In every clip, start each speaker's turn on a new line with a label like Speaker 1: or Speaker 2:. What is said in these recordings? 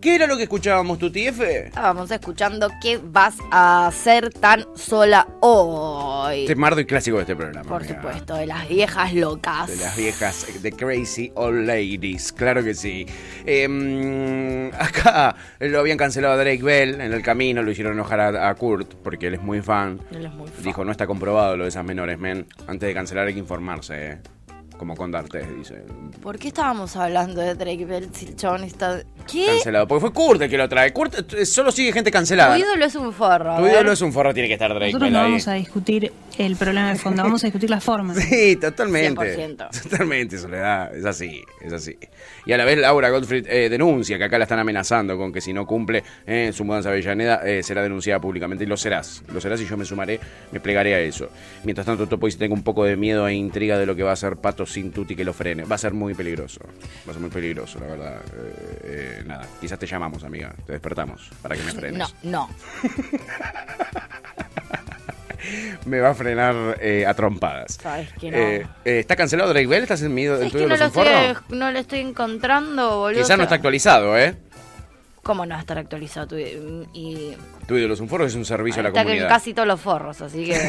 Speaker 1: ¿Qué era lo que escuchábamos, tu TF?
Speaker 2: Estábamos escuchando qué vas a hacer tan sola hoy.
Speaker 1: Este mardo y clásico de este programa.
Speaker 2: Por
Speaker 1: mira.
Speaker 2: supuesto, de las viejas locas.
Speaker 1: De las viejas, de Crazy Old Ladies, claro que sí. Eh, acá lo habían cancelado a Drake Bell en el camino, lo hicieron enojar a, a Kurt porque él es muy fan.
Speaker 2: Él es muy fan.
Speaker 1: Dijo, no está comprobado lo de esas menores, men. Antes de cancelar hay que informarse, eh. Como con D'Artes, dice.
Speaker 2: ¿Por qué estábamos hablando de Drake Bell si el chabón está... ¿Qué?
Speaker 1: Cancelado. Porque fue Kurt el que lo trae. Kurt eh, solo sigue gente cancelada.
Speaker 2: Tu ídolo es un forro. a
Speaker 1: Tu
Speaker 2: ver.
Speaker 1: ídolo es un forro, tiene que estar Drake
Speaker 3: Nosotros
Speaker 1: Bell
Speaker 3: no
Speaker 1: ahí.
Speaker 3: vamos a discutir el problema de fondo, vamos a discutir la forma.
Speaker 1: Sí, totalmente.
Speaker 2: 100%.
Speaker 1: Totalmente, Soledad. Es así, es así. Y a la vez Laura Goldfried eh, denuncia que acá la están amenazando con que si no cumple eh, su mudanza a Avellaneda eh, será denunciada públicamente. Y lo serás. Lo serás y yo me sumaré, me plegaré a eso. Mientras tanto, Topo dice, tengo un poco de miedo e intriga de lo que va a hacer Pato sin Tuti que lo frene. Va a ser muy peligroso. Va a ser muy peligroso, la verdad. Eh, eh, nada, quizás te llamamos, amiga. Te despertamos para que me frenes.
Speaker 2: No, no.
Speaker 1: Me va a frenar eh, a trompadas.
Speaker 2: Sabes que no.
Speaker 1: Eh, eh, ¿Está cancelado Drake Bell? ¿Estás en miedo?
Speaker 2: Es
Speaker 1: tu
Speaker 2: que
Speaker 1: ídolo
Speaker 2: no
Speaker 1: es
Speaker 2: lo,
Speaker 1: un forro?
Speaker 2: estoy, no lo estoy encontrando, boludo.
Speaker 1: Quizás no está actualizado, ¿eh?
Speaker 2: ¿Cómo no va a estar actualizado tu... Y...
Speaker 1: Tu ídolo es un foro, es un servicio a la
Speaker 2: Está en
Speaker 1: comunidad.
Speaker 2: casi todos los forros, así que...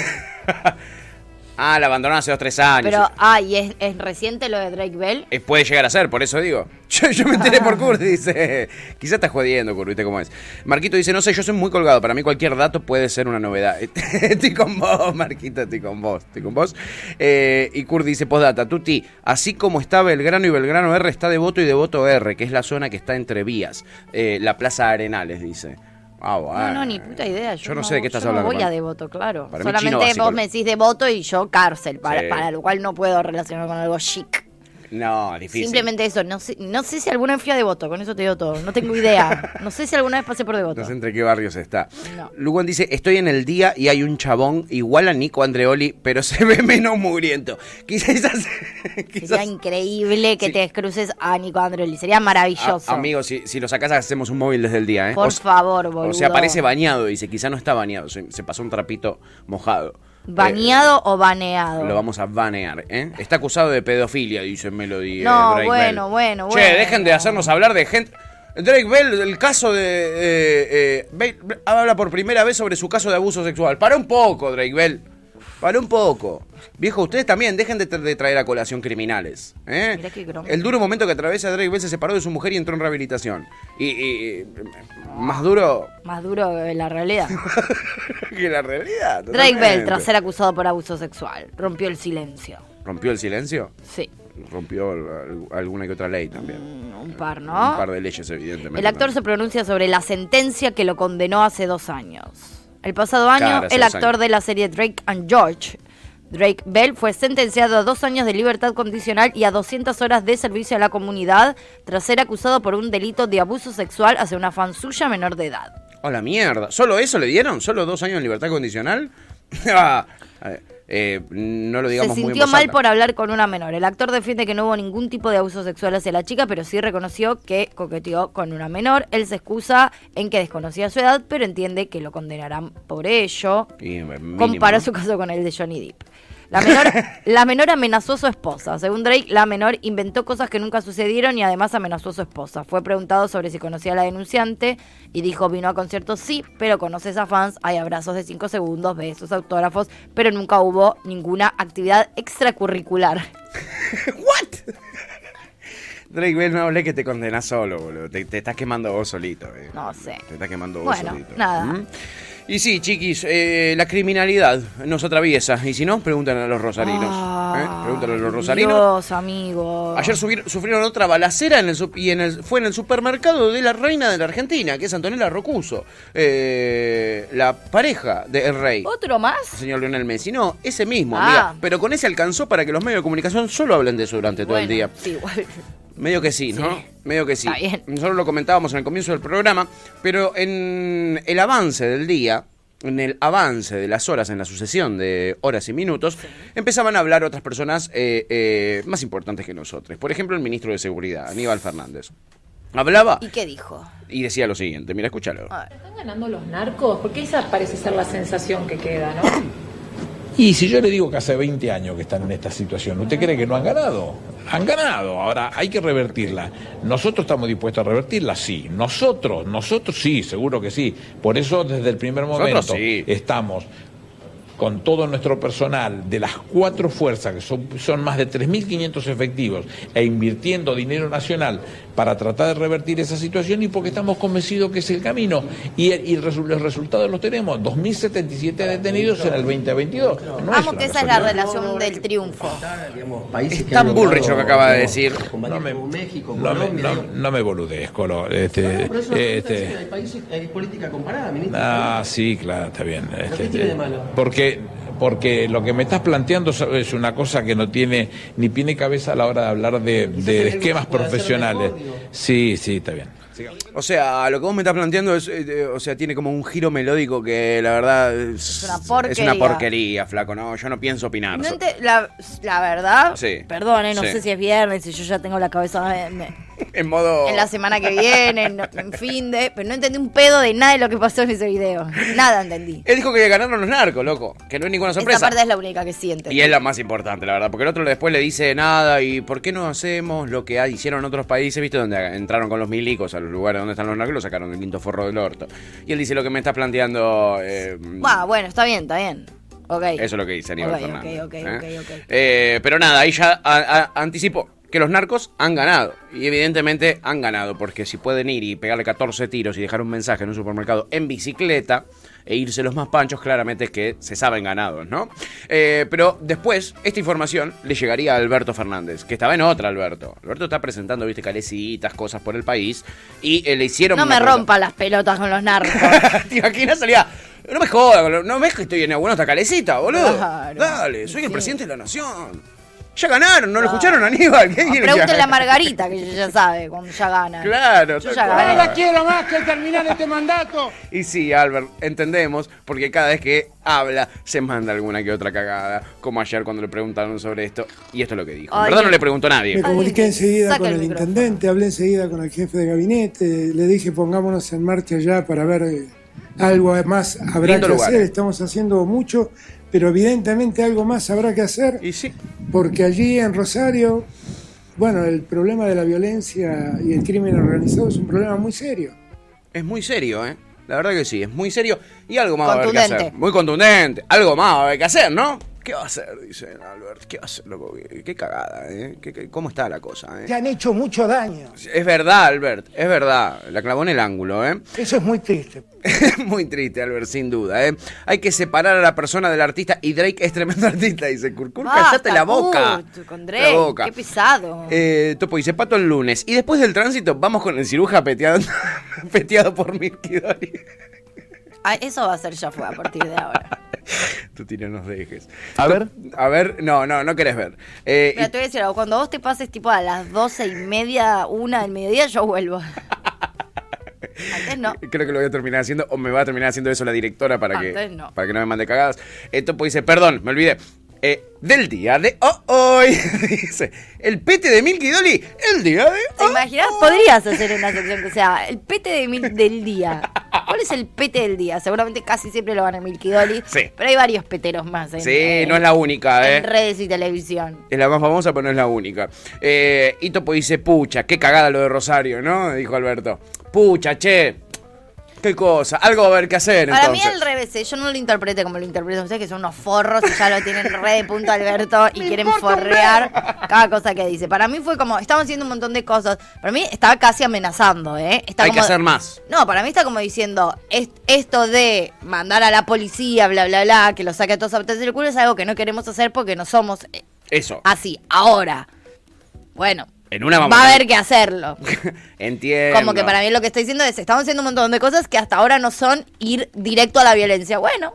Speaker 1: Ah, la abandonaron hace dos tres años.
Speaker 2: Pero, ah, y es, es reciente lo de Drake Bell.
Speaker 1: Eh, puede llegar a ser, por eso digo. Yo, yo me enteré por Kurt, dice. Quizás estás jodiendo, Kurt, ¿viste cómo es? Marquito dice, no sé, yo soy muy colgado. Para mí cualquier dato puede ser una novedad. estoy con vos, Marquito, estoy con vos, estoy con vos. Eh, y Kurt dice, postdata, Tuti, así como está Belgrano y Belgrano R, está Devoto y Devoto R, que es la zona que está entre vías. Eh, la Plaza Arenales, dice. Ah,
Speaker 2: No,
Speaker 1: bueno.
Speaker 2: no, ni puta idea. Yo,
Speaker 1: Yo, no, sé de qué estás
Speaker 2: yo
Speaker 1: hablando.
Speaker 2: No voy a
Speaker 1: Mar-
Speaker 2: devoto, claro.
Speaker 1: Para mí chino
Speaker 2: Solamente
Speaker 1: básico.
Speaker 2: vos me decís devoto y yo cárcel, para,
Speaker 1: Sí.
Speaker 2: para lo cual no puedo relacionar con algo chic.
Speaker 1: No, difícil.
Speaker 2: Simplemente eso. No sé, no sé si alguna vez fui a devoto, con eso te digo todo. No tengo idea. No sé si alguna vez pasé por devoto.
Speaker 1: No sé entre qué barrios está.
Speaker 2: No.
Speaker 1: Lugan dice, estoy en el día y hay un chabón igual a Nico Andreoli, pero se ve menos mugriento. Quizás...
Speaker 2: Sería
Speaker 1: quizás
Speaker 2: increíble que
Speaker 1: Sí.
Speaker 2: te cruces a Nico Andrelli. Sería maravilloso.
Speaker 1: A- amigo, si, si lo sacás hacemos un móvil desde el día, ¿eh?
Speaker 2: Por
Speaker 1: O se-
Speaker 2: favor,
Speaker 1: O
Speaker 2: boludo.
Speaker 1: sea, aparece bañado, dice, quizá no está bañado, se, se pasó un trapito mojado.
Speaker 2: ¿Baneado o
Speaker 1: Eh,
Speaker 2: baneado?
Speaker 1: lo vamos a banear, ¿eh? Está acusado de pedofilia, dice Melody. eh,
Speaker 2: No,
Speaker 1: Drake
Speaker 2: bueno,
Speaker 1: Bell.
Speaker 2: bueno,
Speaker 1: che,
Speaker 2: bueno.
Speaker 1: dejen de hacernos hablar de gente. Drake Bell, el caso de. eh, eh, Bell habla por primera vez sobre su caso de abuso sexual. Para un poco, Drake Bell. Para un poco. Viejo, ustedes también dejen de, tra- de traer a colación criminales. ¿eh?
Speaker 2: Mirá qué grom-
Speaker 1: El duro momento que atraviesa Drake Bell se separó de su mujer y entró en rehabilitación. Y. y- y- más duro
Speaker 2: Más duro que la realidad.
Speaker 1: que la realidad.
Speaker 2: Drake Bell,
Speaker 1: totalmente.
Speaker 2: tras ser acusado por abuso sexual, rompió el silencio.
Speaker 1: ¿Rompió el silencio?
Speaker 2: Sí.
Speaker 1: rompió al- alguna que otra ley también.
Speaker 2: Un par, Mm, ¿no?
Speaker 1: Un par de leyes, evidentemente.
Speaker 2: El actor se
Speaker 1: también.
Speaker 2: pronuncia sobre la sentencia que lo condenó hace dos años. El pasado año,
Speaker 1: Claro, hace
Speaker 2: el
Speaker 1: dos
Speaker 2: actor
Speaker 1: años.
Speaker 2: de la serie Drake and George, Drake Bell, fue sentenciado a dos años de libertad condicional y a 200 horas de servicio a la comunidad tras ser acusado por un delito de abuso sexual hacia una fan suya menor de edad.
Speaker 1: ¡Oh, la mierda! ¿Solo eso le dieron? ¿Solo dos años en libertad condicional? Ah, eh, no lo digamos
Speaker 2: se
Speaker 1: muy en
Speaker 2: sintió
Speaker 1: voz
Speaker 2: mal
Speaker 1: alta.
Speaker 2: por hablar con una menor. El actor defiende que no hubo ningún tipo de abuso sexual hacia la chica, pero sí reconoció que coqueteó con una menor. Él se excusa en que desconocía su edad, pero entiende que lo condenarán por ello.
Speaker 1: Y, eh, mínimo,
Speaker 2: Comparó
Speaker 1: ¿no?
Speaker 2: su caso con el de Johnny Depp. La menor, la menor amenazó a su esposa. Según Drake, la menor inventó cosas que nunca sucedieron y además amenazó a su esposa. Fue preguntado sobre si conocía a la denunciante y dijo, vino a conciertos, sí, pero conoces a fans, hay abrazos de 5 segundos, besos, autógrafos, pero nunca hubo ninguna actividad extracurricular.
Speaker 1: ¿What? Drake Bell, no hablé que te condenás solo, boludo. Te, te estás quemando vos solito. eh.
Speaker 2: No sé.
Speaker 1: Te estás quemando vos
Speaker 2: Bueno,
Speaker 1: solito.
Speaker 2: nada.
Speaker 1: ¿Mm? Y sí, chiquis, eh, la criminalidad nos atraviesa. Y si no, preguntan a los rosarinos.
Speaker 2: Ah.
Speaker 1: ¿eh? Preguntan a los
Speaker 2: Ay,
Speaker 1: rosarinos.
Speaker 2: Dios, amigo.
Speaker 1: Ayer subir- sufrieron otra balacera en el, sup- y en el- fue en el supermercado de la reina de la Argentina, que es Antonella Rocuso, eh, la pareja del rey.
Speaker 2: ¿Otro más?
Speaker 1: Señor Lionel Messi, no, ese mismo,
Speaker 2: Ah.
Speaker 1: amiga. Pero con ese alcanzó para que los medios de comunicación solo hablen de eso durante todo el
Speaker 2: Bueno,
Speaker 1: día.
Speaker 2: sí, igual.
Speaker 1: Medio que sí, ¿no?
Speaker 2: Sí.
Speaker 1: Medio que sí.
Speaker 2: Está bien.
Speaker 1: Nosotros lo comentábamos en el comienzo del programa, pero en el avance del día, en el avance de las horas, en la sucesión de horas y minutos, empezaban a hablar otras personas eh, eh, más importantes que nosotros. Por ejemplo, el ministro de Seguridad, Aníbal Fernández. Hablaba
Speaker 2: ¿Y qué dijo?
Speaker 1: y decía lo siguiente, mira, escúchalo.
Speaker 2: A ver.
Speaker 4: ¿Están ganando los narcos? Porque esa parece ser la sensación que queda, ¿no?
Speaker 5: Y si yo le digo que hace 20 años que están en esta situación, ¿usted cree que no han ganado? Han ganado, ahora hay que revertirla. ¿Nosotros estamos dispuestos a revertirla? Sí. Nosotros, nosotros sí, seguro que sí. Por eso desde el primer
Speaker 1: Nosotros
Speaker 5: momento
Speaker 1: sí.
Speaker 5: estamos con todo nuestro personal de las cuatro fuerzas, que son, son más de 3.500 efectivos, e invirtiendo dinero nacional para tratar de revertir esa situación y porque estamos convencidos que es el camino. Y, el- y resu- los resultados los tenemos, 2.077 detenidos en el 2022. No
Speaker 2: Amo
Speaker 5: una
Speaker 2: que esa es la
Speaker 5: casualidad.
Speaker 2: relación del triunfo.
Speaker 1: Es tan Bullrich lo que acaba de decir.
Speaker 5: No me,
Speaker 6: México,
Speaker 5: no me-
Speaker 6: Colombia,
Speaker 5: no-
Speaker 6: digo.
Speaker 5: no me boludezco. lo- este,
Speaker 6: No, no, pero eso es lo que
Speaker 5: este,
Speaker 6: te decía, hay países, hay política comparada, ministro.
Speaker 5: Ah, sí, claro, está bien. Este,
Speaker 6: qué tiene de malo?
Speaker 5: Porque, porque lo que me estás planteando es una cosa que no tiene ni tiene cabeza a la hora de hablar
Speaker 6: Quizás
Speaker 5: de, de
Speaker 6: el gobierno
Speaker 5: esquemas
Speaker 6: pueda hacer
Speaker 5: profesionales.
Speaker 6: mejor, digo.
Speaker 5: Sí, sí, está bien.
Speaker 1: O sea, lo que vos me estás planteando es, eh, eh, o sea, tiene como un giro melódico que la verdad
Speaker 2: Es
Speaker 1: es,
Speaker 2: una porquería.
Speaker 1: es una porquería, flaco. No, yo no pienso opinar.
Speaker 2: No ente- la, la verdad,
Speaker 1: Sí.
Speaker 2: perdón, eh, no
Speaker 1: Sí.
Speaker 2: sé si es viernes, si yo ya tengo la cabeza en,
Speaker 1: en modo.
Speaker 2: en la semana que viene, en, en fin de. Pero no entendí un pedo de nada de lo que pasó en ese video. Nada entendí.
Speaker 1: Él dijo que ganaron los narcos, loco. Que no es ninguna Eh, sorpresa.
Speaker 2: Esa parte es la única que siente.
Speaker 1: Y es la más importante, la verdad, porque el otro después le dice nada y ¿por qué no hacemos lo que ha- hicieron en otros países, viste? Donde entraron con los milicos a los lugares donde están los narcos y los sacaron del quinto forro del orto. Y él dice lo que me estás planteando... eh,
Speaker 2: Bah, bueno, está bien, está bien. Ok.
Speaker 1: Eso es lo que dice Aníbal
Speaker 2: Ok, ok,
Speaker 1: Fernández.
Speaker 2: ok,
Speaker 1: ¿eh?
Speaker 2: ok, ok.
Speaker 1: Eh, pero nada, ahí ya a- a- anticipó que los narcos han ganado. Y evidentemente han ganado, porque si pueden ir y pegarle 14 tiros y dejar un mensaje en un supermercado en bicicleta e irse los más panchos, claramente es que se saben ganados, ¿no? Eh, pero después, esta información le llegaría a Alberto Fernández, que estaba en otra, Alberto. Alberto está presentando, viste, calecitas, cosas por el país, y eh, le hicieron...
Speaker 2: No
Speaker 1: una
Speaker 2: me
Speaker 1: pregunta.
Speaker 2: rompa las pelotas con los narcos.
Speaker 1: ¿Te imaginas? Salía. No me jodas, no ves que estoy en alguna otra calecita, boludo.
Speaker 2: Claro.
Speaker 1: Dale, soy el
Speaker 2: Sí.
Speaker 1: presidente de la nación. Ya ganaron, ¿no lo escucharon,
Speaker 2: Ah,
Speaker 1: Aníbal? ¿Qué quieren que
Speaker 2: Pregúntenle
Speaker 1: haga?
Speaker 2: a Margarita, que ella ya sabe cuando ya gana.
Speaker 1: Claro,
Speaker 2: Yo
Speaker 1: tal
Speaker 2: ya
Speaker 1: cual.
Speaker 7: No
Speaker 2: gané.
Speaker 7: la quiero más que terminar este mandato.
Speaker 1: Y sí, Albert, entendemos, porque cada vez que habla se manda alguna que otra cagada, como ayer cuando le preguntaron sobre esto, y esto es lo que dijo. En
Speaker 2: Ay,
Speaker 1: verdad no
Speaker 2: Dios.
Speaker 1: le preguntó a nadie.
Speaker 7: Me comuniqué enseguida
Speaker 2: Saca
Speaker 7: con
Speaker 2: el
Speaker 7: el,
Speaker 2: micrófono.
Speaker 7: intendente, hablé enseguida con el jefe de gabinete, le dije pongámonos en marcha ya para ver eh, algo más habrá
Speaker 1: Lindo
Speaker 7: que
Speaker 1: lugar.
Speaker 7: hacer, estamos haciendo mucho, pero evidentemente algo más habrá que hacer
Speaker 1: Y sí,
Speaker 7: porque allí en Rosario, bueno, el problema de la violencia y el crimen organizado es un problema muy serio.
Speaker 1: es muy serio, ¿eh? La verdad que sí, es muy serio y algo más va a haber que
Speaker 2: Contundente.
Speaker 1: hacer. Muy contundente, algo más va a haber que hacer, ¿no? ¿Qué va a hacer? Dice Albert, ¿qué va a hacer, loco? Qué, qué cagada, ¿eh? ¿Qué- qué- ¿Cómo está la cosa, eh?
Speaker 7: han hecho mucho daño,
Speaker 1: Es verdad, Albert, es verdad. La clavó en el ángulo, ¿eh?
Speaker 7: eso es muy triste.
Speaker 1: Muy triste, Albert, sin duda, ¿eh? Hay que separar a la persona del artista y Drake es tremendo artista, dice Kurkur,
Speaker 2: Basta,
Speaker 1: cállate la boca.
Speaker 2: Kurt, con Drake, qué pesado.
Speaker 1: Eh, Topo dice, pato el lunes. Y después del tránsito vamos con el ciruja peteado, peteado por Milky Dory.
Speaker 2: Ah, Eso va a ser ya fue a partir de ahora.
Speaker 1: Tú tira, nos dejes.
Speaker 8: A ver.
Speaker 1: A ver, no, no, no querés ver. Eh,
Speaker 2: Pero te voy a decir algo, cuando vos te pases tipo a las doce y media, una del mediodía, yo vuelvo. Antes no.
Speaker 1: Creo que lo voy a terminar haciendo, o me va a terminar haciendo eso la directora para,
Speaker 2: Ah,
Speaker 1: que,
Speaker 2: entonces no.
Speaker 1: para que no me mande cagadas. Eh, Topo dice, perdón, me olvidé. Eh, del día de hoy, dice, el pete de Milky Dolly, el día de
Speaker 2: ¿Te imaginas?
Speaker 1: hoy.
Speaker 2: Podrías hacer una sección que sea el pete de mil- del día. ¿Cuál es el pete del día? Seguramente casi siempre lo van a Milky Dolly.
Speaker 1: Sí.
Speaker 2: Pero hay varios peteros más. en-
Speaker 1: Sí,
Speaker 2: en-
Speaker 1: no es la única,
Speaker 2: En
Speaker 1: ¿eh?
Speaker 2: redes y televisión.
Speaker 1: Es la más famosa, pero no es la única. Eh, y Topo dice, pucha, qué cagada lo de Rosario, ¿no? Dijo Alberto. Pucha, che, qué cosa, algo va a haber que hacer
Speaker 2: Para mí
Speaker 1: entonces.
Speaker 2: al revés, eh, yo no lo interprete como lo interpretan ustedes, que son unos forros y ya lo tienen re de punto Alberto y quieren forrear cada cosa que dice. Para mí fue como, estamos haciendo un montón de cosas. Para mí estaba casi amenazando, ¿eh? Está
Speaker 1: Hay
Speaker 2: como-
Speaker 1: que hacer más.
Speaker 2: No, para mí está como diciendo, "Es- esto de mandar a la policía, bla, bla, bla, que lo saque a todos a apretar el culo es algo que no queremos hacer porque no somos eh,
Speaker 1: Eso.
Speaker 2: así, ahora. Bueno,
Speaker 1: En una vamos
Speaker 2: va a
Speaker 1: a-
Speaker 2: haber que hacerlo.
Speaker 1: Entiendo.
Speaker 2: Como que para mí lo que estoy diciendo es, estamos haciendo un montón de cosas que hasta ahora no son ir directo a la violencia. Bueno,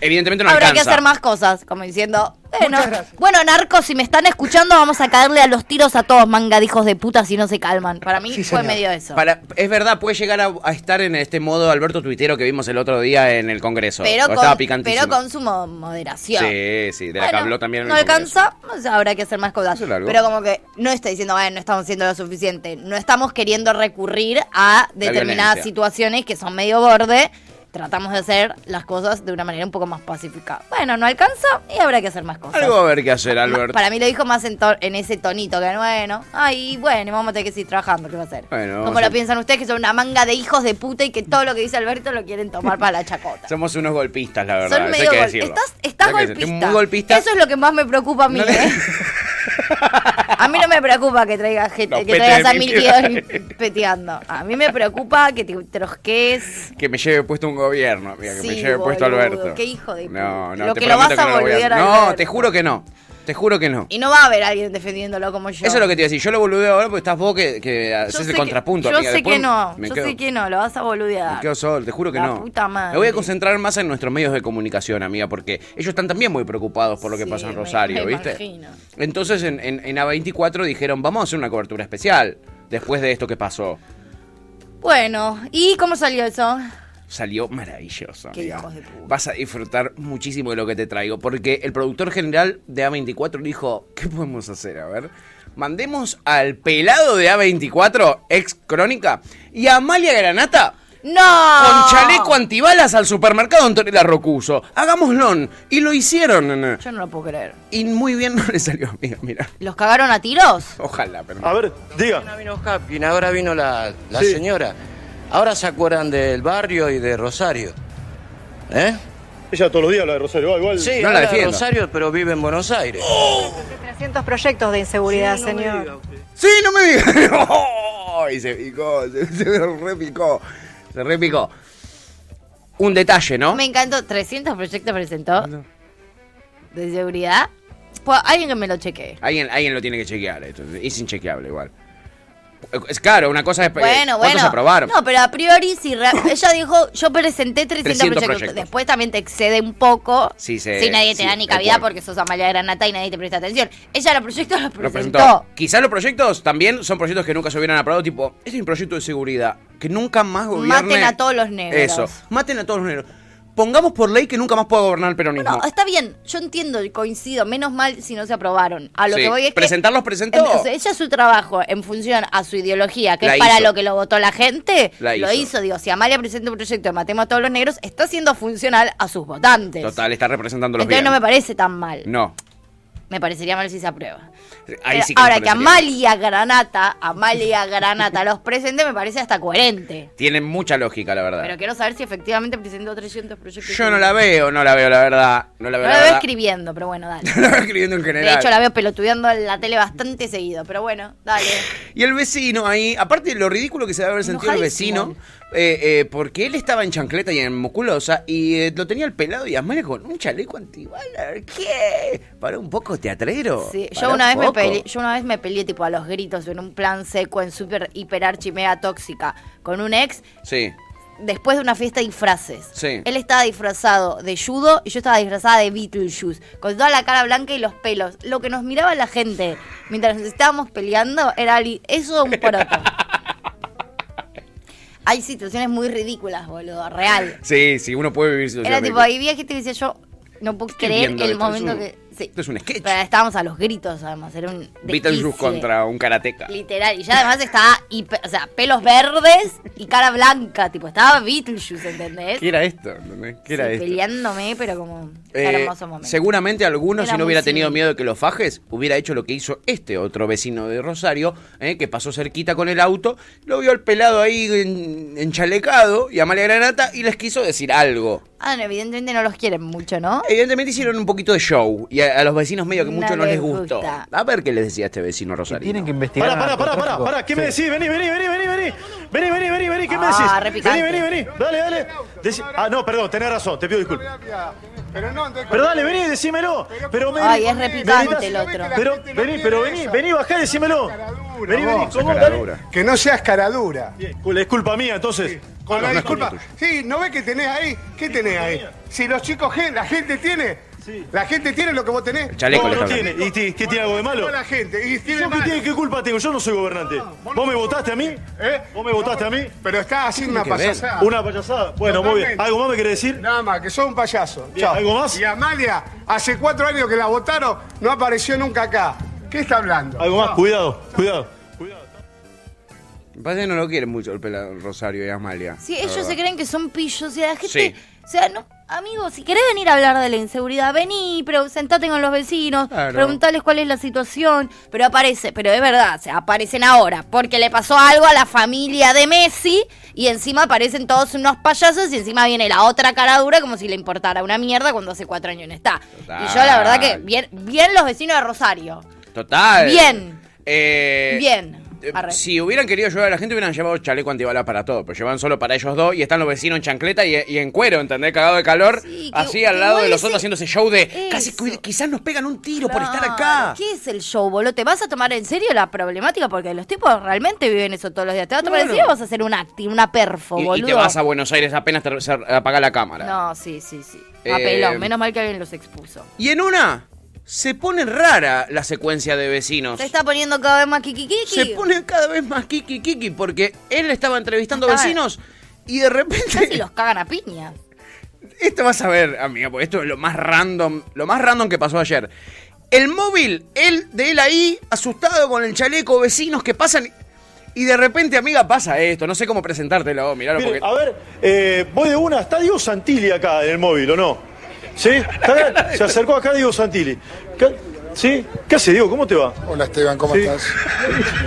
Speaker 1: Evidentemente no
Speaker 2: Habrá que
Speaker 1: alcanza.
Speaker 2: hacer más cosas, como diciendo, bueno,
Speaker 7: Muchas gracias.
Speaker 2: bueno, narcos, si me están escuchando, vamos a caerle a los tiros a todos, manga de hijos de puta, si no se calman. Para mí
Speaker 7: Sí,
Speaker 2: fue
Speaker 7: señor.
Speaker 2: medio eso.
Speaker 1: Para- es verdad, puede llegar a, a estar en este modo Alberto Tuitero que vimos el otro día en el Congreso.
Speaker 2: pero,
Speaker 1: estaba
Speaker 2: con,
Speaker 1: picantísimo.
Speaker 2: pero con su mo- moderación.
Speaker 1: Sí, sí, de la que
Speaker 2: Bueno,
Speaker 1: habló también en
Speaker 2: No
Speaker 1: el Congreso.
Speaker 2: alcanza, o sea, habrá que hacer más cosas.
Speaker 1: Hacer algo.
Speaker 2: Pero como que no está diciendo, "Ay, no estamos haciendo lo suficiente. No estamos queriendo recurrir a determinadas
Speaker 1: violencia.
Speaker 2: situaciones que son medio borde. Tratamos de hacer las cosas de una manera un poco más pacífica. Bueno, no alcanza y habrá que hacer más cosas.
Speaker 1: Algo va a haber que hacer,
Speaker 2: Ma-
Speaker 1: Alberto.
Speaker 2: Para mí lo dijo más en, to- en ese tonito que bueno, ay, bueno, vamos a tener que seguir trabajando, ¿qué va a hacer?
Speaker 1: Bueno,
Speaker 2: Como
Speaker 1: vamos
Speaker 2: lo
Speaker 1: a-
Speaker 2: piensan ustedes que son una manga de hijos de puta y que todo lo que dice Alberto lo quieren tomar para la chacota.
Speaker 1: Somos unos golpistas, la verdad.
Speaker 2: Son
Speaker 1: eso
Speaker 2: medio
Speaker 1: hay que
Speaker 2: gol-
Speaker 1: decirlo.
Speaker 2: Estás, estás
Speaker 1: Hay que decirlo.
Speaker 2: golpista.
Speaker 1: Muy golpista.
Speaker 2: Eso es lo que más me preocupa a mí.
Speaker 1: No le-
Speaker 2: ¿eh? A mí no me preocupa que traigas gente,
Speaker 1: Los
Speaker 2: que traigas
Speaker 1: petes
Speaker 2: a
Speaker 1: de
Speaker 2: mil
Speaker 1: Milky
Speaker 2: tíos peteando. A mí me preocupa que te trosques.
Speaker 1: Que me lleve puesto un gobierno, amiga, que
Speaker 2: Sí,
Speaker 1: me lleve puesto
Speaker 2: boludo,
Speaker 1: Alberto.
Speaker 2: qué hijo de
Speaker 1: No,
Speaker 2: puta.
Speaker 1: no,
Speaker 2: Lo
Speaker 1: te
Speaker 2: que lo vas
Speaker 1: prometo
Speaker 2: a
Speaker 1: no voy
Speaker 2: volver a
Speaker 1: No,
Speaker 2: Alberto.
Speaker 1: te juro que no. Te juro que no.
Speaker 2: Y no va a haber alguien defendiéndolo como yo.
Speaker 1: Eso es lo que te iba a decir. Yo lo volví ahora porque estás vos que, que
Speaker 2: Yo
Speaker 1: haces
Speaker 2: sé
Speaker 1: el
Speaker 2: que-
Speaker 1: contrapunto.
Speaker 2: Yo
Speaker 1: amiga.
Speaker 2: sé
Speaker 1: Después
Speaker 2: que no.
Speaker 1: me
Speaker 2: Yo
Speaker 1: quedo-
Speaker 2: sé que no. Lo vas a boludear.
Speaker 1: Me quedo solo, te juro que
Speaker 2: La
Speaker 1: no.
Speaker 2: puta madre.
Speaker 1: Me voy a concentrar más en nuestros medios de comunicación, amiga, porque ellos están también muy preocupados por lo que
Speaker 2: Sí,
Speaker 1: pasa en
Speaker 2: me-
Speaker 1: Rosario,
Speaker 2: me
Speaker 1: ¿viste?
Speaker 2: imagino.
Speaker 1: Entonces en, en- en A24 dijeron, vamos a hacer una cobertura especial después de esto que pasó.
Speaker 2: Bueno, ¿y cómo salió eso?
Speaker 1: Salió maravilloso.
Speaker 2: Qué
Speaker 1: amiga.
Speaker 2: hijos de puta.
Speaker 1: Vas a disfrutar muchísimo de lo que te traigo, porque el productor general de A24 dijo, ¿qué podemos hacer? A ver, mandemos al pelado de A24, ex crónica, y a Amalia Granata.
Speaker 2: ¡No!
Speaker 1: Con chaleco antibalas al supermercado Antonella Rocuso. Hagámoslo. Y lo hicieron. nene.
Speaker 2: Yo no lo puedo creer.
Speaker 1: Y muy bien no le salió, amiga, mira.
Speaker 2: ¿Los cagaron a tiros?
Speaker 1: Ojalá, pero.
Speaker 2: Ah.
Speaker 8: A ver,
Speaker 9: Ahora
Speaker 8: diga.
Speaker 9: vino Hapkin, ahora vino la, la
Speaker 8: Sí.
Speaker 9: señora. Ahora se acuerdan del barrio y de Rosario. ¿Eh?
Speaker 8: Ella todos los días la de Rosario. va igual.
Speaker 9: Sí,
Speaker 1: No la
Speaker 9: habla de
Speaker 1: defiendo.
Speaker 9: Rosario, pero vive en Buenos Aires.
Speaker 4: 300 proyectos de inseguridad, señor.
Speaker 1: ¡Sí, no me digas! ¡Oh! Y se picó, se, se repicó. Se repicó. Un detalle, ¿no?
Speaker 2: Me encantó. 300 proyectos presentó. ¿De seguridad? Pues alguien que me lo chequee.
Speaker 1: Alguien, alguien lo tiene que chequear. Esto. Es inchequeable igual. Es claro, una cosa es. eh,
Speaker 2: Bueno,
Speaker 1: ¿Cuántos
Speaker 2: bueno.
Speaker 1: aprobaron?
Speaker 2: No, pero a priori, si rea- ella dijo, yo presenté 300,
Speaker 1: 300
Speaker 2: proyectos.
Speaker 1: proyectos.
Speaker 2: Después también te excede un poco.
Speaker 1: Sí, se-
Speaker 2: si nadie te
Speaker 1: sí,
Speaker 2: da ni
Speaker 1: tal
Speaker 2: cabida
Speaker 1: cual.
Speaker 2: porque sos Amalia Granata y nadie te presta atención. Ella los proyectos los
Speaker 1: Lo
Speaker 2: presentó.
Speaker 1: presentó. Quizás los proyectos también son proyectos que nunca se hubieran aprobado, tipo, este es un proyecto de seguridad, que nunca más gobierne...
Speaker 2: Maten a todos los negros.
Speaker 1: Eso, maten a todos los negros. Pongamos por ley que nunca más pueda gobernar el peronismo.
Speaker 2: No, está bien, yo entiendo y coincido, menos mal si no se aprobaron. A lo
Speaker 1: Sí,
Speaker 2: que voy es que-
Speaker 1: presentarlos presentó.
Speaker 2: En- o sea, ella su trabajo en función a su ideología, que
Speaker 1: La
Speaker 2: es para
Speaker 1: hizo.
Speaker 2: lo que lo votó la gente,
Speaker 1: La
Speaker 2: lo hizo.
Speaker 1: hizo.
Speaker 2: Digo, si Amalia presenta un proyecto de Matemos a todos los negros, está siendo funcional a sus votantes.
Speaker 1: Total, está representando los
Speaker 2: Entonces no me parece tan mal.
Speaker 1: No,
Speaker 2: Me parecería mal si se aprueba.
Speaker 1: ahí
Speaker 2: Pero
Speaker 1: sí que me
Speaker 2: Ahora que
Speaker 1: parecería.
Speaker 2: Amalia Granata, Amalia Granata los presente, me parece hasta coherente.
Speaker 1: Tiene mucha lógica, la verdad.
Speaker 2: Pero quiero saber si efectivamente presentó 300 proyectos.
Speaker 1: Yo no la veo, no la veo, la verdad. No la
Speaker 2: No
Speaker 1: veo,
Speaker 2: la
Speaker 1: la
Speaker 2: veo
Speaker 1: verdad.
Speaker 2: escribiendo, pero bueno, dale.
Speaker 1: No la veo escribiendo en general.
Speaker 2: De hecho, la veo pelotudeando en la tele bastante seguido, pero bueno, dale.
Speaker 1: Y el vecino ahí, aparte de lo ridículo que se debe haber sentido el
Speaker 2: Enojadísimo.
Speaker 1: vecino, eh, eh, porque él estaba en chancleta y en musculosa y eh, lo tenía el pelado y Amalia con un chaleco antibalas. ¿Qué? Para un poco teatrero.
Speaker 2: Sí, yo
Speaker 1: Oh, Pará
Speaker 2: una, vez
Speaker 1: un
Speaker 2: me
Speaker 1: poco.
Speaker 2: peleé, yo una vez me peleé tipo a los gritos en un plan seco, en super hiper archi mega tóxica, con un ex
Speaker 1: Sí.
Speaker 2: después de una fiesta de disfraces.
Speaker 1: Sí.
Speaker 2: Él estaba disfrazado de judo y yo estaba disfrazada de Beetlejuice, con toda la cara blanca y los pelos. Lo que nos miraba la gente mientras nos estábamos peleando era li- eso un poroto. Hay situaciones muy ridículas, boludo, real.
Speaker 1: Sí, sí, uno puede vivir situaciones.
Speaker 2: Era tipo, ahí vi a gente que decía yo, no puedo
Speaker 1: Estoy
Speaker 2: creer el
Speaker 1: viendo esto,
Speaker 2: momento
Speaker 1: es un-
Speaker 2: que. Sí.
Speaker 1: esto es un sketch.
Speaker 2: Pero estábamos a los gritos, además. Era un.
Speaker 1: Beetlejuice
Speaker 2: desquicie.
Speaker 1: contra un karateca.
Speaker 2: Literal. Y ya además estaba. hiper- o sea, pelos verdes y cara blanca. Tipo, estaba Beetlejuice, ¿entendés?
Speaker 1: ¿Qué era esto? ¿Entendés? ¿Qué era
Speaker 2: Sí,
Speaker 1: esto?
Speaker 2: Peleándome, pero como.
Speaker 1: Eh,
Speaker 2: hermoso momento.
Speaker 1: seguramente algunos,
Speaker 2: Era
Speaker 1: si no
Speaker 2: muy
Speaker 1: hubiera tenido
Speaker 2: civil.
Speaker 1: miedo de que lo fajes, hubiera hecho lo que hizo este otro vecino de Rosario, eh, que pasó cerquita con el auto, lo vio al pelado ahí en- enchalecado y a Amalia Granata y les quiso decir algo.
Speaker 2: Ah, no, evidentemente no los quieren mucho, ¿no?
Speaker 1: Evidentemente hicieron un poquito de show y a, a los vecinos medio que
Speaker 2: No
Speaker 1: mucho no les
Speaker 2: les
Speaker 1: gustó.
Speaker 2: gusta.
Speaker 1: A ver qué les decía este vecino Rosario.
Speaker 10: investigar.
Speaker 8: Pará, pará, pará, pará, pará. ¿Qué me decís? Vení, vení, vení, vení, vení. Vení, vení, vení, vení. ¿Qué me decís?
Speaker 2: Ah, re picante.
Speaker 8: Vení, vení, vení. Dale, dale. Decí- Ah, no, perdón, tenés razón, te pido disculpas. Pero dale, vení, decímelo. Pero me-
Speaker 2: Ay, es repicante el
Speaker 8: Vení,
Speaker 2: otro.
Speaker 8: Pero vení, pero vení, vení, bajá, decímelo. Vení, vení, ¿cómo? Dale.
Speaker 10: Que no seas caradura.
Speaker 8: Bien, Es culpa mía, entonces.
Speaker 10: Con la
Speaker 1: No, no es
Speaker 10: disculpa.
Speaker 1: culpa
Speaker 10: Sí, ¿no ves que tenés ahí? ¿Qué tenés ahí? Si los chicos, gen- la gente tiene. La gente tiene lo que vos tenés.
Speaker 8: No,
Speaker 1: chaleco le
Speaker 8: no
Speaker 1: está
Speaker 8: tiene.
Speaker 1: hablando.
Speaker 8: ¿Y ti- qué tiene algo de malo?
Speaker 10: No la gente. Y tiene
Speaker 8: ¿Yo qué,
Speaker 10: mal.
Speaker 8: tiene- qué culpa tengo? Yo no soy gobernante. ¿Vos me votaste a mí?
Speaker 10: ¿Eh?
Speaker 8: ¿Vos me votaste a mí?
Speaker 10: Pero estás haciendo una
Speaker 8: Tiene que ver.
Speaker 10: payasada.
Speaker 8: Una payasada. Bueno, muy bien.
Speaker 10: Totalmente.
Speaker 8: ¿Algo más me querés decir?
Speaker 10: Nada más, que sos un payaso.
Speaker 8: Bien,
Speaker 10: Chao.
Speaker 8: ¿algo más?
Speaker 10: Y Amalia, hace cuatro años que la votaron, no apareció nunca acá. ¿Qué está hablando?
Speaker 8: Algo más.
Speaker 10: Chao.
Speaker 8: Cuidado, cuidado.
Speaker 1: Me parece que no lo quieren mucho el pela- Rosario y Amalia.
Speaker 2: Sí,
Speaker 1: la
Speaker 2: ellos
Speaker 1: verdad.
Speaker 2: se creen que son pillos. Y la gente.
Speaker 1: Sí.
Speaker 2: O sea, no, amigo, si querés venir a hablar de la inseguridad, vení, pero sentate con los vecinos,
Speaker 1: Claro.
Speaker 2: preguntales cuál es la situación. Pero aparece, pero es verdad, o sea, aparecen ahora, porque le pasó algo a la familia de Messi, y encima aparecen todos unos payasos, y encima viene la otra cara dura como si le importara una mierda cuando hace cuatro años no está.
Speaker 1: Total.
Speaker 2: Y yo la verdad que, bien, bien los vecinos de Rosario.
Speaker 1: Total.
Speaker 2: Bien.
Speaker 1: Eh,
Speaker 2: bien.
Speaker 1: eh,
Speaker 2: Arre.
Speaker 1: Si hubieran querido ayudar a la gente, hubieran llevado chaleco antibalas para todo. Pero llevan solo para ellos dos y están los vecinos en chancleta y, y en cuero, ¿entendés? Cagado de calor.
Speaker 2: Sí, que-
Speaker 1: así
Speaker 2: que
Speaker 1: al lado
Speaker 2: igual
Speaker 1: de los
Speaker 2: ese-
Speaker 1: otros haciendo ese show de.
Speaker 2: Eso.
Speaker 1: Casi cuida- quizás nos pegan un tiro por estar
Speaker 2: Claro,
Speaker 1: acá.
Speaker 2: ¿Qué es el show, boludo? ¿Te vas a tomar en serio la problemática? Porque los tipos realmente viven eso todos los días. ¿Te vas a tomar en
Speaker 1: Claro.
Speaker 2: serio o vas a hacer un acting, una perfo,
Speaker 1: Y-
Speaker 2: boludo?
Speaker 1: y, te vas a Buenos Aires apenas te se apaga la cámara.
Speaker 2: No, sí, sí, sí.
Speaker 1: Eh,
Speaker 2: Papelón. Menos mal que alguien los expuso.
Speaker 1: Y en una se pone rara la secuencia de vecinos.
Speaker 2: Se está poniendo cada vez más kikikiki.
Speaker 1: Se pone cada vez más kiki kiki porque él estaba entrevistando
Speaker 2: Estaba-
Speaker 1: vecinos y de repente
Speaker 2: Casi los cagan a piña.
Speaker 1: Esto vas a ver, amiga, porque esto es lo más random, lo más random que pasó ayer. El móvil, él, de él ahí, asustado con el chaleco, vecinos que pasan. Y de repente, amiga, pasa esto. No sé cómo presentártelo, vos, miralo,
Speaker 8: Mire,
Speaker 1: porque.
Speaker 8: a ver, eh, voy de una. ¿Está Diego Santilli acá en el móvil o no? ¿Sí? ¿Está- se acercó acá Diego Santilli. ¿Qué- ¿Sí? ¿Qué hace, Diego? ¿Cómo te va?
Speaker 11: Hola Esteban, ¿cómo
Speaker 8: Sí.
Speaker 11: estás?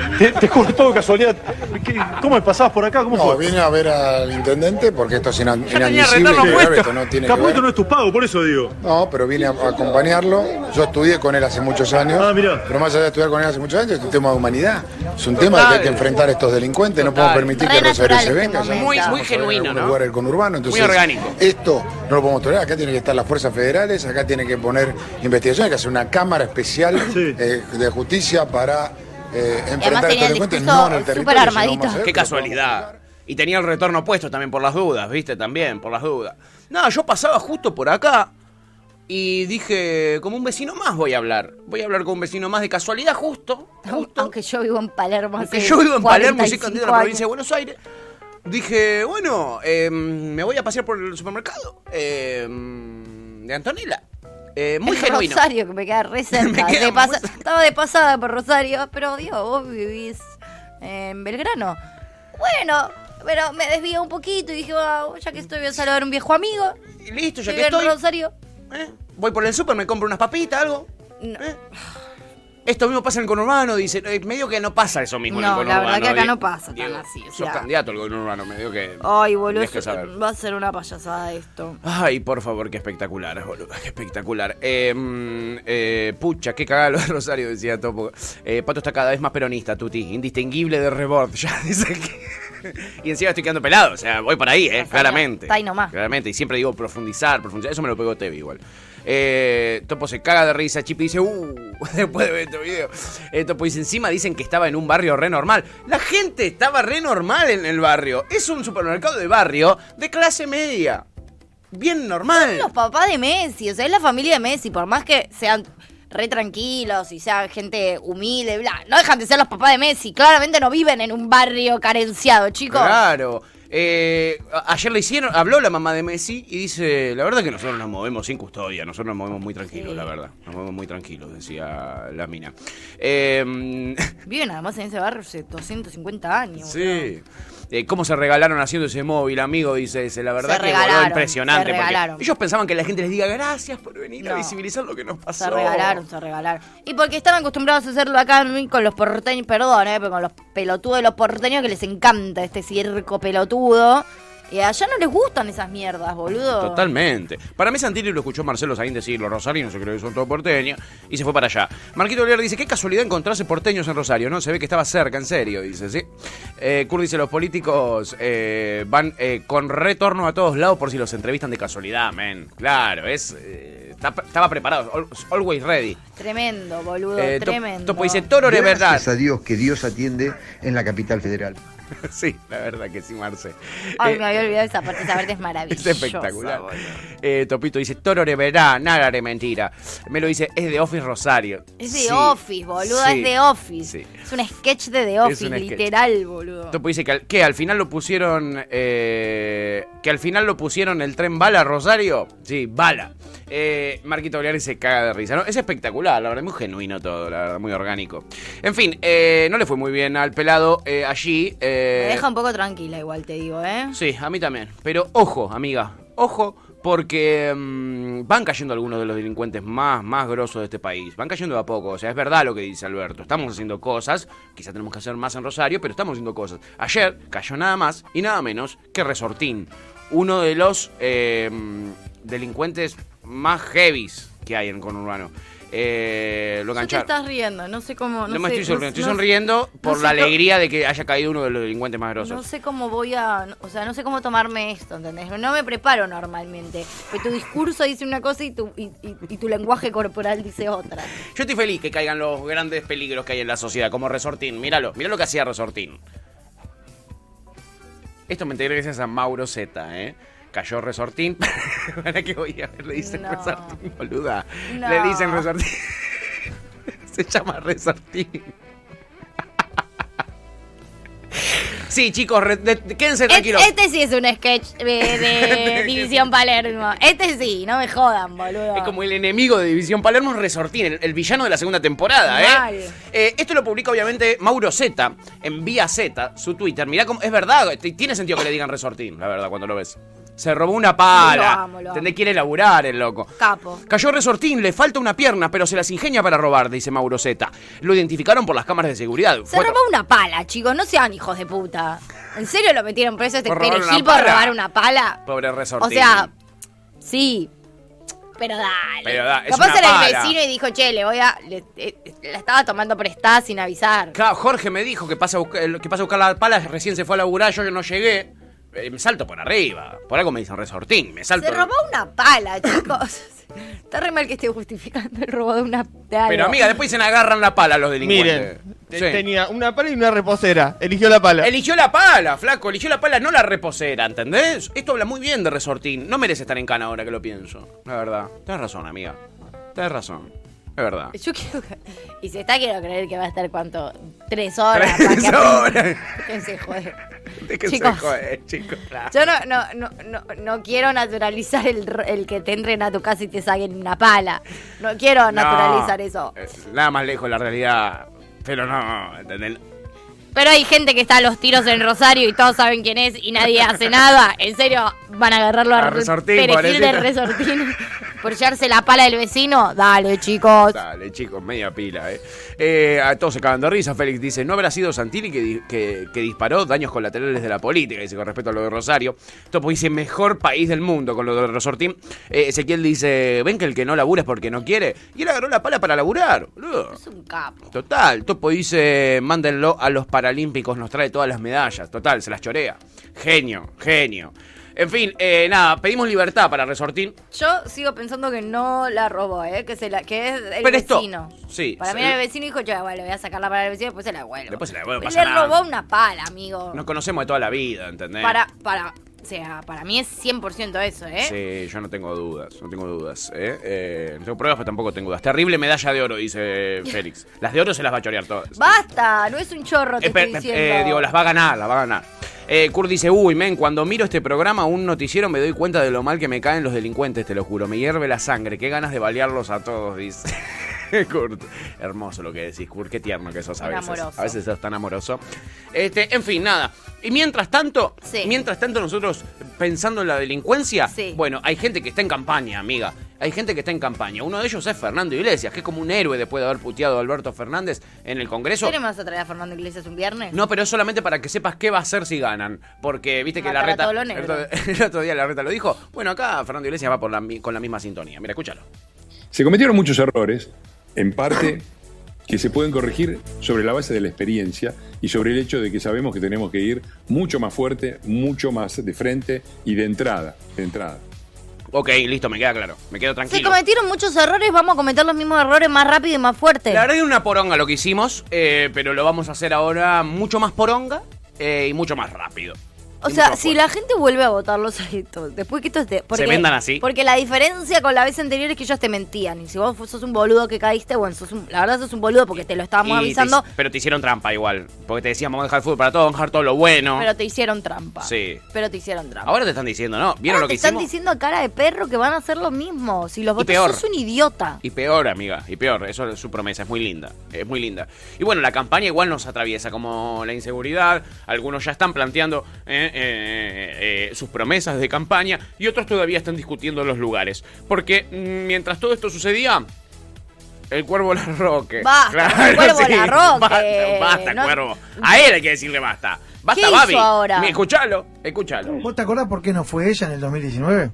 Speaker 8: Te, te juro todo casualidad. ¿Qué- ¿Cómo pasás por acá? ¿Cómo
Speaker 11: No,
Speaker 8: fue?
Speaker 11: vine a ver al intendente porque esto es inan-
Speaker 8: tenía retorno
Speaker 11: inadmisible. y grave,
Speaker 8: puesto.
Speaker 11: esto no tiene que
Speaker 8: Capaz
Speaker 11: ver.
Speaker 8: esto no es tu pago, por eso digo.
Speaker 11: No, pero vine a, a acompañarlo. Yo estudié con él hace muchos años.
Speaker 8: Ah,
Speaker 11: Pero más allá de estudiar con él hace muchos años, es un tema de humanidad. Es un tema de que hay que enfrentar a estos delincuentes. No podemos permitir que
Speaker 1: Re
Speaker 11: Rosario
Speaker 1: natural
Speaker 11: se
Speaker 1: este
Speaker 11: venga. ya
Speaker 1: momento.
Speaker 11: lo
Speaker 1: Muy-
Speaker 11: estamos
Speaker 1: muy
Speaker 11: a ver en
Speaker 1: genuino,
Speaker 11: algunos
Speaker 1: ¿no?
Speaker 11: lugares del conurbano. Entonces,
Speaker 1: Muy orgánico.
Speaker 11: Esto no lo podemos tolerar. Acá tienen que estar las fuerzas federales. Acá tienen que poner investigaciones. Hay que hacer una cámara especial eh, de justicia para eh, enfrentar a estos
Speaker 2: tenían
Speaker 11: delincuentes.
Speaker 2: discurso
Speaker 11: No en el
Speaker 2: súper
Speaker 11: territorio, sino más
Speaker 2: armadito.
Speaker 11: adentro.
Speaker 1: Qué casualidad. Y tenía el retorno puesto también por las dudas, ¿viste? También, por las dudas. Nada, yo pasaba justo por acá y dije, como un vecino más voy a hablar. Voy a hablar con un vecino más de casualidad justo.
Speaker 2: Aunque yo vivo en Palermo.
Speaker 1: Porque
Speaker 2: hace
Speaker 1: yo vivo en Palermo, soy
Speaker 2: 45
Speaker 1: candidato a la provincia de
Speaker 2: años.
Speaker 1: Buenos Aires. Dije, bueno, eh, me voy a pasear por el supermercado eh, de Antonella. Eh, muy
Speaker 2: En
Speaker 1: genuino.
Speaker 2: Rosario, que me queda re cerca.
Speaker 1: queda
Speaker 2: De
Speaker 1: muy
Speaker 2: pasa- Estaba de pasada por Rosario, pero digo, vos vivís en Belgrano. Bueno, pero me desvié un poquito y dije, "Wow, ya que estoy, voy a saludar a un viejo amigo.
Speaker 1: Y listo, ya
Speaker 2: Vive
Speaker 1: que
Speaker 2: en
Speaker 1: estoy. eh,
Speaker 2: Rosario.
Speaker 1: Voy por el super, me compro unas papitas, algo. eh.
Speaker 2: No,
Speaker 1: Esto mismo pasa en el conurbano, dice. Eh, medio que no pasa eso mismo en el
Speaker 2: No, la
Speaker 1: conurbano.
Speaker 2: verdad que acá
Speaker 1: Diego.
Speaker 2: no pasa tan
Speaker 1: Diego,
Speaker 2: así. o
Speaker 1: Sos
Speaker 2: sea.
Speaker 1: candidato al conurbano, medio que.
Speaker 2: Ay, boludo,
Speaker 1: tenés que saber.
Speaker 2: va a ser una payasada esto.
Speaker 1: Ay, por favor, qué espectacular, boludo, qué espectacular. Eh, mm, eh, pucha, qué cagada lo de Rosario, decía Topo. Eh, Pato está cada vez más peronista, Tuti, indistinguible de rebord, ya dice que- Y encima estoy quedando pelado, o sea, voy por ahí, eh, claramente.
Speaker 2: está ahí nomás.
Speaker 1: Claramente, y siempre digo profundizar, profundizar, eso me lo pegó Tevi igual. Eh, Topo se caga de risa, Chipi dice, uh, después de ver este video. Eh, Topo dice, encima dicen que estaba en un barrio re normal. La gente estaba re normal en el barrio. Es un supermercado de barrio de clase media bien normal.
Speaker 2: Los papás de Messi, o sea, es la familia de Messi, por más que sean re tranquilos y sean gente humilde, bla, no dejan de ser los papás de Messi, claramente no viven en un barrio carenciado, chicos.
Speaker 1: Claro. Eh, a- ayer le hicieron, habló la mamá de Messi y dice, la verdad que nosotros nos movemos sin custodia, nosotros nos movemos muy tranquilos, la verdad, nos movemos muy tranquilos, decía la mina. Eh,
Speaker 2: Viven además en ese barrio hace 250 años.
Speaker 1: sí. Eh, ¿Cómo se regalaron haciendo ese móvil, amigo? Dice, dice la verdad
Speaker 2: Se
Speaker 1: que voló
Speaker 2: regalaron,
Speaker 1: impresionante.
Speaker 2: se
Speaker 1: porque
Speaker 2: regalaron.
Speaker 1: Ellos pensaban que la gente les diga gracias por venir a
Speaker 2: No.
Speaker 1: visibilizar lo que nos pasó.
Speaker 2: Se regalaron, se regalaron. Y porque están acostumbrados a hacerlo acá con los porteños, perdón, eh, pero con los pelotudos de los porteños que les encanta este circo pelotudo. Y allá no les gustan esas mierdas, boludo.
Speaker 1: Totalmente. Para mí Santilli lo escuchó Marcelo Saín decir, los rosarinos se creo que son todo porteños, y se fue para allá. Marquito Oliver dice, qué casualidad encontrarse porteños en Rosario, ¿no? Se ve que estaba cerca, en serio, dice, ¿sí? Eh, Kurt dice, los políticos eh, van eh, con retorno a todos lados por si los entrevistan de casualidad, men. Claro, es... eh, está- estaba preparado, al- always ready.
Speaker 2: Tremendo, boludo,
Speaker 1: Eh, Top-
Speaker 2: tremendo.
Speaker 1: Topo dice, Toro es verdad.
Speaker 12: Gracias a Dios que Dios atiende en la capital federal.
Speaker 1: sí, la verdad que sí, Marce.
Speaker 2: Ay,
Speaker 1: Eh,
Speaker 2: me había olvidado esa parte, esa parte es
Speaker 1: Es
Speaker 2: maravillosa. Ah,
Speaker 1: espectacular. Eh, Topito dice, Toro de verá, nada de mentira. Me lo dice, es de Office Rosario.
Speaker 2: Es de
Speaker 1: Sí,
Speaker 2: Office, boludo,
Speaker 1: sí,
Speaker 2: es de Office.
Speaker 1: sí.
Speaker 2: Es un sketch de The
Speaker 1: Es
Speaker 2: Office,
Speaker 1: un sketch.
Speaker 2: literal, boludo.
Speaker 1: Topo dice que al, que al final lo pusieron. eh, que al final lo pusieron el tren bala, Rosario. Sí, bala. Eh, Marquito Briani se caga de risa. ¿no? Es espectacular, la verdad, muy genuino todo, la verdad, muy orgánico. En fin, eh, no le fue muy bien al pelado eh, allí. eh,
Speaker 2: Me deja un poco tranquila igual, te digo, ¿eh?
Speaker 1: Sí, a mí también. Pero ojo, amiga, ojo, porque mm, van cayendo algunos de los delincuentes más, más grosos de este país. Van cayendo de a poco. O sea, es verdad lo que dice Alberto. Estamos haciendo cosas, quizá tenemos que hacer más en Rosario, pero estamos haciendo cosas. Ayer cayó nada más y nada menos que Resortín, uno de los eh, mm, delincuentes más heavies que hay en Conurbano. Eh, lo
Speaker 2: No te
Speaker 1: engancharon.
Speaker 2: estás riendo, no sé cómo...
Speaker 1: No,
Speaker 2: No,
Speaker 1: me
Speaker 2: sé-
Speaker 1: estoy sonriendo, estoy
Speaker 2: no-
Speaker 1: sonriendo
Speaker 2: no
Speaker 1: por
Speaker 2: sé
Speaker 1: la
Speaker 2: cómo-
Speaker 1: alegría de que haya caído uno de los delincuentes más grosos.
Speaker 2: No sé cómo voy a. O sea, no sé cómo tomarme esto, ¿entendés? No me preparo normalmente. Pero tu discurso dice una cosa y tu, y, y- y tu lenguaje corporal dice otra.
Speaker 1: Yo estoy feliz que caigan los grandes peligros que hay en la sociedad, como Resortín. Míralo, mira lo que hacía Resortín. Esto me enteré gracias a Mauro Z, ¿eh? Cayó Resortín. ¿Para qué voy a ver? Le dicen Resortín, boluda.
Speaker 12: No.
Speaker 1: Le dicen Resortín. Se llama Resortín. sí, chicos, re- de- de- quédense
Speaker 2: Este,
Speaker 1: tranquilos.
Speaker 2: este sí es un sketch eh, de División Palermo. Este sí, no me jodan, boludo.
Speaker 1: Es como el enemigo de División Palermo es Resortín, el, el villano de la segunda temporada, ¿eh?
Speaker 2: Mal.
Speaker 1: Eh, esto lo publica obviamente Mauro Z en Vía Z, su Twitter. Mirá cómo. Es verdad, t- tiene sentido que le digan resortín, la verdad, cuando lo ves. Se robó una pala.
Speaker 2: Lo amo, lo
Speaker 1: ¿Entendés? Quiere laburar el loco.
Speaker 2: Capo.
Speaker 1: Cayó resortín, le falta una pierna, pero se las ingenia para robar, dice Mauro Z. Lo identificaron por las cámaras de seguridad.
Speaker 2: Se
Speaker 1: Fue-
Speaker 2: robó una pala, chicos. No sean hijos de puta. ¿En serio lo metieron preso a este
Speaker 1: Por robar
Speaker 2: perejil
Speaker 1: una
Speaker 2: por
Speaker 1: pala.
Speaker 2: robar una pala?
Speaker 1: Pobre resortín.
Speaker 2: O sea, sí. Pero dale.
Speaker 1: Pero da, es
Speaker 2: Capaz
Speaker 1: una
Speaker 2: era el
Speaker 1: pala.
Speaker 2: vecino y dijo, che, le voy a. le- eh, la estaba tomando prestada sin avisar.
Speaker 1: Claro, Jorge me dijo que pasa, a buscar, eh, que pasa a buscar la pala, recién se fue a laburar, yo no llegué. Eh, me salto por arriba. Por algo me dicen resortín, me salto.
Speaker 2: Se robó una pala, chicos. Está re mal que esté justificando el robo de una de algo.
Speaker 1: Pero amiga, después se agarran la pala los delincuentes.
Speaker 13: Miren, te- tenía una pala y una reposera. Eligió la pala.
Speaker 1: Eligió la pala, flaco, eligió la pala, no la reposera, ¿entendés? Esto habla muy bien de Resortín. No merece estar en cana ahora que lo pienso. La verdad. Tienes razón, amiga. Tienes razón. Es verdad.
Speaker 2: Yo quiero. Y si está, quiero creer que va a estar cuánto. Tres horas.
Speaker 1: Tres
Speaker 2: para que-
Speaker 1: horas.
Speaker 2: Que se jode.
Speaker 1: Déjense
Speaker 2: Chicos.
Speaker 1: joder, chicos. claro.
Speaker 2: Yo no, no, no, no, no quiero naturalizar el, r- el que te entren a tu casa y te saquen una pala. No quiero naturalizar
Speaker 1: No.
Speaker 2: eso.
Speaker 1: Eh, Nada más lejos de la realidad. Pero no, ¿entendés?
Speaker 2: Pero hay gente que está a los tiros en Rosario y todos saben quién es y nadie hace nada. En serio, van a agarrarlo
Speaker 1: A
Speaker 2: al
Speaker 1: Resortín,
Speaker 2: perejil
Speaker 1: pobrecito.
Speaker 2: del resortín por llevarse la pala del vecino. Dale, chicos.
Speaker 1: Dale, chicos, media pila, ¿eh? Eh, A todos se cagan de risa. Félix dice: No habrá sido Santilli que, di- que- que disparó daños colaterales de la política. Dice con respecto a lo de Rosario. Topo dice: Mejor país del mundo con lo de Resortín. Eh, Ezequiel dice: Ven que el que no labura es porque no quiere. Y él agarró la pala para laburar. boludo.
Speaker 2: Es un capo.
Speaker 1: Total, Topo dice, mándenlo a los Paralímpicos, nos trae todas las medallas. Total, se las chorea. Genio, genio. En fin, eh, nada, pedimos libertad para Resortín.
Speaker 2: Yo sigo pensando que no la robó, ¿eh? que, se la, que es el
Speaker 1: Pero esto-
Speaker 2: vecino.
Speaker 1: Sí.
Speaker 2: Para mí
Speaker 1: se-
Speaker 2: era el vecino dijo, yo bueno, le voy a sacar la pala del vecino y después se la vuelvo.
Speaker 1: Después se la vuelvo,
Speaker 2: Y
Speaker 1: pasa
Speaker 2: le
Speaker 1: nada.
Speaker 2: robó una pala, amigo.
Speaker 1: Nos conocemos de toda la vida, ¿entendés?
Speaker 2: Para, para, o sea, para mí es 100% eso, ¿eh?
Speaker 1: Sí, yo no tengo dudas, no tengo dudas. ¿eh? Eh, no tengo pruebas, pero tampoco tengo dudas. Terrible medalla de oro, dice Félix. Las de oro se las va a chorear todas.
Speaker 2: Basta, no es un chorro, te
Speaker 1: Eh,
Speaker 2: estoy
Speaker 1: pe- pe-
Speaker 2: diciendo.
Speaker 1: eh, digo, las va a ganar, las va a ganar. Eh, Kurt dice, uy, men, cuando miro este programa, un noticiero, me doy cuenta de lo mal que me caen los delincuentes, te lo juro. Me hierve la sangre, qué ganas de balearlos a todos, dice. Kurt, hermoso lo que decís, Kurt, qué tierno que sos a
Speaker 2: Un
Speaker 1: veces.
Speaker 2: amoroso.
Speaker 1: A veces sos tan amoroso. Este, en fin, nada. Y mientras tanto, mientras tanto nosotros pensando en la delincuencia, bueno, hay gente que está en campaña, amiga. Hay gente que está en campaña. Uno de ellos es Fernando Iglesias, que es como un héroe después de haber puteado a Alberto Fernández en el Congreso.
Speaker 2: ¿Qué le vas a traer a Fernando Iglesias un viernes?
Speaker 1: No, pero es solamente para que sepas qué va a hacer si ganan. Porque viste que
Speaker 2: Matar
Speaker 1: la
Speaker 2: a
Speaker 1: reta.
Speaker 2: todo lo negro.
Speaker 1: El, otro, el otro día la reta lo dijo. Bueno, acá Fernando Iglesias va por la mi- con la misma sintonía. Mira, escúchalo.
Speaker 14: Se cometieron muchos errores, en parte que se pueden corregir sobre la base de la experiencia y sobre el hecho de que sabemos que tenemos que ir mucho más fuerte, mucho más de frente y de entrada, de entrada.
Speaker 1: Ok, listo, me queda claro. Me quedo
Speaker 2: Se
Speaker 1: tranquilo.
Speaker 2: cometieron muchos errores, vamos a cometer los mismos errores más rápido y más fuerte.
Speaker 1: La verdad que era una poronga lo que hicimos, eh, pero lo vamos a hacer ahora mucho más poronga eh, y mucho más rápido.
Speaker 2: O sea, si la gente vuelve a votar los adictos, después que esto esté.
Speaker 1: pues. vendan así.
Speaker 2: Porque la diferencia con la vez anterior es que ellos te mentían. Y si vos sos un boludo que caíste, bueno, sos un- la verdad sos un boludo porque te lo estábamos
Speaker 1: Y te
Speaker 2: avisando,
Speaker 1: hic- pero te hicieron trampa igual. Porque te decían, vamos a dejar el fútbol para todos, vamos a dejar todo lo bueno.
Speaker 2: pero te hicieron trampa.
Speaker 1: sí.
Speaker 2: Pero te hicieron trampa.
Speaker 1: Ahora te están diciendo, ¿no? ¿Vieron
Speaker 2: Ahora
Speaker 1: lo que
Speaker 2: Ah, te están
Speaker 1: hicimos?
Speaker 2: diciendo a cara de perro que van a hacer lo mismo. Si los votas
Speaker 1: peor.
Speaker 2: sos un idiota.
Speaker 1: Y peor, amiga, y peor. Eso es su promesa, es muy linda. Es muy linda. Y bueno, la campaña igual nos atraviesa, como la inseguridad. Algunos ya están planteando eh, eh, eh, sus promesas de campaña y otros todavía están discutiendo los lugares. Porque mm, mientras todo esto sucedía, el cuervo la roque.
Speaker 2: Basta, el cuervo Larroque.
Speaker 1: Basta, basta,
Speaker 2: No-
Speaker 1: cuervo. A él hay que decirle basta. Basta,
Speaker 2: ¿Qué hizo
Speaker 1: Babi.
Speaker 2: ahora?
Speaker 1: Escuchalo, escuchalo.
Speaker 12: ¿Vos te acordás por qué no fue ella en el 2019?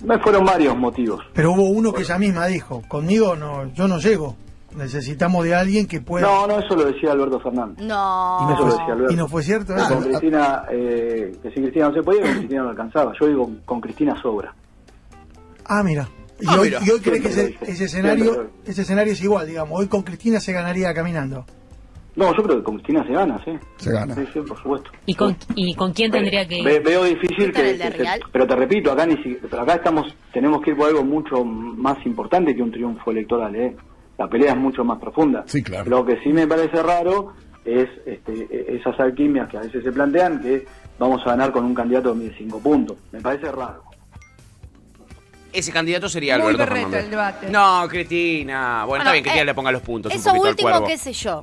Speaker 15: Me fueron varios motivos.
Speaker 12: Pero hubo uno que ella misma dijo, conmigo no, yo no llego. Necesitamos de alguien que pueda...
Speaker 15: No, no, eso lo decía Alberto Fernández.
Speaker 2: No.
Speaker 12: Y no
Speaker 15: Eso
Speaker 12: fue-
Speaker 15: lo decía Alberto.
Speaker 12: y no fue cierto
Speaker 15: Con
Speaker 12: eso.
Speaker 15: Cristina, eh, que si Cristina no se podía, con Cristina no alcanzaba. Yo digo, con Cristina sobra.
Speaker 12: Ah, mira. Y,
Speaker 15: Ah,
Speaker 12: hoy,
Speaker 15: mira.
Speaker 12: y hoy crees que
Speaker 15: Siempre
Speaker 12: ese,
Speaker 15: lo dije.
Speaker 12: ese
Speaker 15: Siempre
Speaker 12: escenario
Speaker 15: lo
Speaker 12: ese escenario es igual, digamos. Hoy con Cristina se ganaría caminando.
Speaker 15: No, yo creo que con Cristina se gana, ¿sí?
Speaker 12: Se gana.
Speaker 15: Sí, sí, por supuesto.
Speaker 3: ¿Y con, ¿Y con quién tendría que
Speaker 15: Ve-
Speaker 3: ir?
Speaker 15: veo difícil
Speaker 3: ¿Está
Speaker 15: que,
Speaker 3: el de
Speaker 15: que se-
Speaker 3: Real?
Speaker 15: pero te repito acá ni si- pero acá estamos tenemos que ir por algo mucho más importante que un triunfo electoral ¿eh? la pelea es mucho más profunda lo que sí me parece raro es este, e- esas alquimias que a veces se plantean que vamos a ganar con un candidato de 5 puntos me parece raro
Speaker 1: Ese candidato sería
Speaker 15: Muy
Speaker 1: Alberto
Speaker 15: berreta
Speaker 1: Fernández.
Speaker 15: el
Speaker 2: debate.
Speaker 1: No, Cristina. Bueno, está
Speaker 2: Bueno,
Speaker 1: bien que
Speaker 2: eh,
Speaker 1: Cristina le ponga los puntos. un
Speaker 2: Eso
Speaker 1: poquito al
Speaker 2: último,
Speaker 1: cuervo.
Speaker 2: qué sé yo.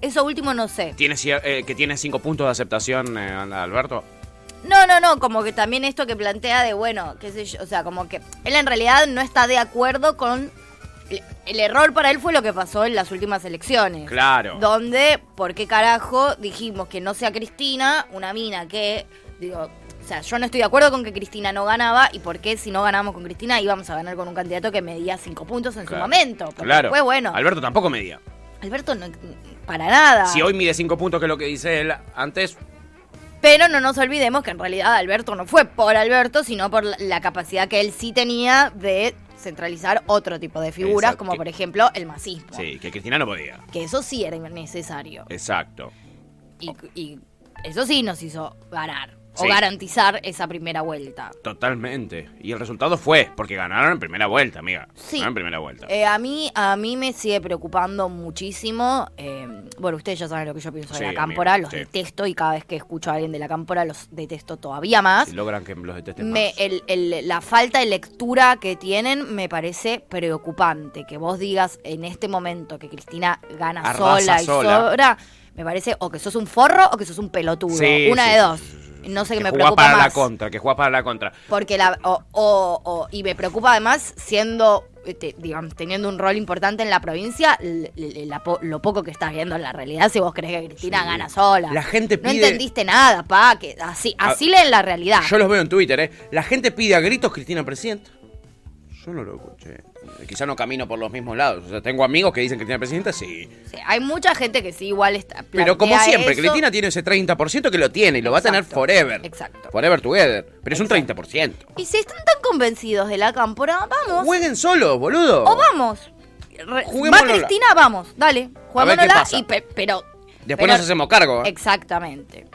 Speaker 2: Eso último no sé.
Speaker 1: Tiene, cier- eh, que tiene cinco puntos de aceptación, eh, Alberto.
Speaker 2: No, no, no, como que también esto que plantea de, bueno, qué sé yo, o sea, como que él en realidad no está de acuerdo con... El, el error para él fue lo que pasó en las últimas elecciones.
Speaker 1: Claro.
Speaker 2: Donde, ¿por qué carajo dijimos que no sea Cristina, una mina que, digo, o sea, yo no estoy de acuerdo con que Cristina no ganaba y por qué si no ganábamos con Cristina íbamos a ganar con un candidato que medía cinco puntos en
Speaker 1: Claro.
Speaker 2: su momento? Porque
Speaker 1: Claro.
Speaker 2: después, bueno,
Speaker 1: Alberto tampoco medía.
Speaker 2: Alberto no, para nada.
Speaker 1: Si hoy mide cinco puntos, que es lo que dice él antes,
Speaker 2: Pero no nos olvidemos que en realidad Alberto no fue por Alberto, sino por la- la capacidad que él sí tenía de centralizar otro tipo de figuras,
Speaker 1: Exacto.
Speaker 2: como por ejemplo el masismo.
Speaker 1: sí, Eh, que Cristina no podía.
Speaker 2: Que eso sí era necesario.
Speaker 1: Exacto.
Speaker 2: Y, y eso sí nos hizo ganar o
Speaker 1: oh. Sí.
Speaker 2: garantizar esa primera vuelta.
Speaker 1: Totalmente. Y el resultado fue, porque ganaron en primera vuelta, amiga.
Speaker 2: Sí.
Speaker 1: Ganaron en primera vuelta.
Speaker 2: Eh, a, mí, a mí me sigue preocupando muchísimo. eh, bueno, ustedes ya saben lo que yo pienso
Speaker 1: Sí,
Speaker 2: de la
Speaker 1: amigo,
Speaker 2: cámpora, los
Speaker 1: sí.
Speaker 2: detesto y cada vez que escucho a alguien de la cámpora los detesto todavía más.
Speaker 1: Si logran que los detesten
Speaker 2: Me- eh, el- el- la falta de lectura que tienen me parece preocupante. Que vos digas en este momento que Cristina gana
Speaker 1: Arrasa
Speaker 2: sola y
Speaker 1: sola.
Speaker 2: sobra, me parece o que sos un forro o que sos un pelotudo.
Speaker 1: Sí,
Speaker 2: Una
Speaker 1: sí,
Speaker 2: de
Speaker 1: sí,
Speaker 2: dos. No sé qué
Speaker 1: que
Speaker 2: me
Speaker 1: jugaba
Speaker 2: preocupa
Speaker 1: para
Speaker 2: más.
Speaker 1: la contra, que jugaba para la contra.
Speaker 2: Porque la. O, o- o- y me preocupa además, siendo. este, digamos, teniendo un rol importante en la provincia, l- l- la po- lo poco que estás viendo en la realidad, si vos crees que Cristina gana sola.
Speaker 1: La gente
Speaker 2: No
Speaker 1: pide-
Speaker 2: entendiste nada, pa. Que así,
Speaker 1: Ah,
Speaker 2: así leen la realidad.
Speaker 1: Yo los veo en Twitter, ¿eh? La gente pide a gritos Cristina Presidenta. Yo no lo escuché. Quizá no camino por los mismos lados. O sea, tengo amigos que dicen Cristina Presidenta, sí.
Speaker 2: Sí, Hay mucha gente que sí, igual está.
Speaker 1: Pero
Speaker 2: plantea
Speaker 1: como siempre,
Speaker 2: eso.
Speaker 1: Cristina tiene ese 30% que lo tiene y lo va a tener forever.
Speaker 2: Exacto.
Speaker 1: Forever together. Pero es un 30%.
Speaker 2: Y si están tan convencidos de la cámpora, vamos.
Speaker 1: Jueguen solos, boludo.
Speaker 2: O vamos. Re- va
Speaker 1: Juguémoslo.
Speaker 2: Cristina, vamos. Dale.
Speaker 1: A ver qué
Speaker 2: Jugámonosla
Speaker 1: pasa.
Speaker 2: y. pe- pero.
Speaker 1: Después
Speaker 2: pero-
Speaker 1: nos hacemos cargo. ¿eh?
Speaker 2: Exactamente.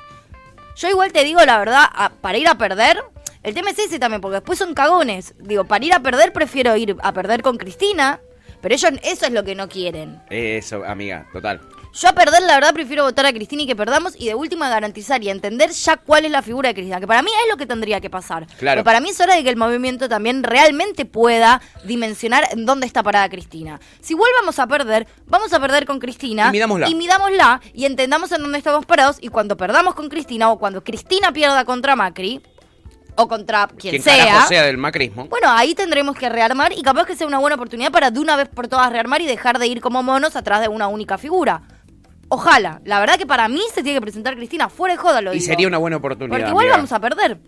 Speaker 2: Yo igual te digo la verdad, a- para ir a perder. El tema es ese también, porque después son cagones. Digo, para ir a perder prefiero ir a perder con Cristina. Pero ellos eso es lo que no quieren.
Speaker 1: Eso, amiga, total.
Speaker 2: Yo a perder, la verdad, prefiero votar a Cristina y que perdamos y de última garantizar y entender ya cuál es la figura de Cristina, que para mí es lo que tendría que pasar.
Speaker 16: Claro.
Speaker 2: Pero para mí es hora de que el movimiento también realmente pueda dimensionar en dónde está parada Cristina. Si volvamos a perder, vamos a perder con Cristina
Speaker 1: Y midámosla.
Speaker 2: y, midámosla y entendamos en dónde estamos parados y cuando perdamos con Cristina o cuando Cristina pierda contra Macri o contra quien,
Speaker 1: Quien
Speaker 2: sea,
Speaker 1: carajo sea del macrismo.
Speaker 2: bueno, ahí tendremos que rearmar y capaz que sea una buena oportunidad para de una vez por todas rearmar y dejar de ir como monos atrás de una única figura. Ojalá, la verdad que para mí se tiene que presentar Cristina, fuera de joda lo
Speaker 1: y
Speaker 2: digo.
Speaker 1: sería una buena oportunidad.
Speaker 2: Porque igual
Speaker 1: amiga.
Speaker 2: vamos a perder.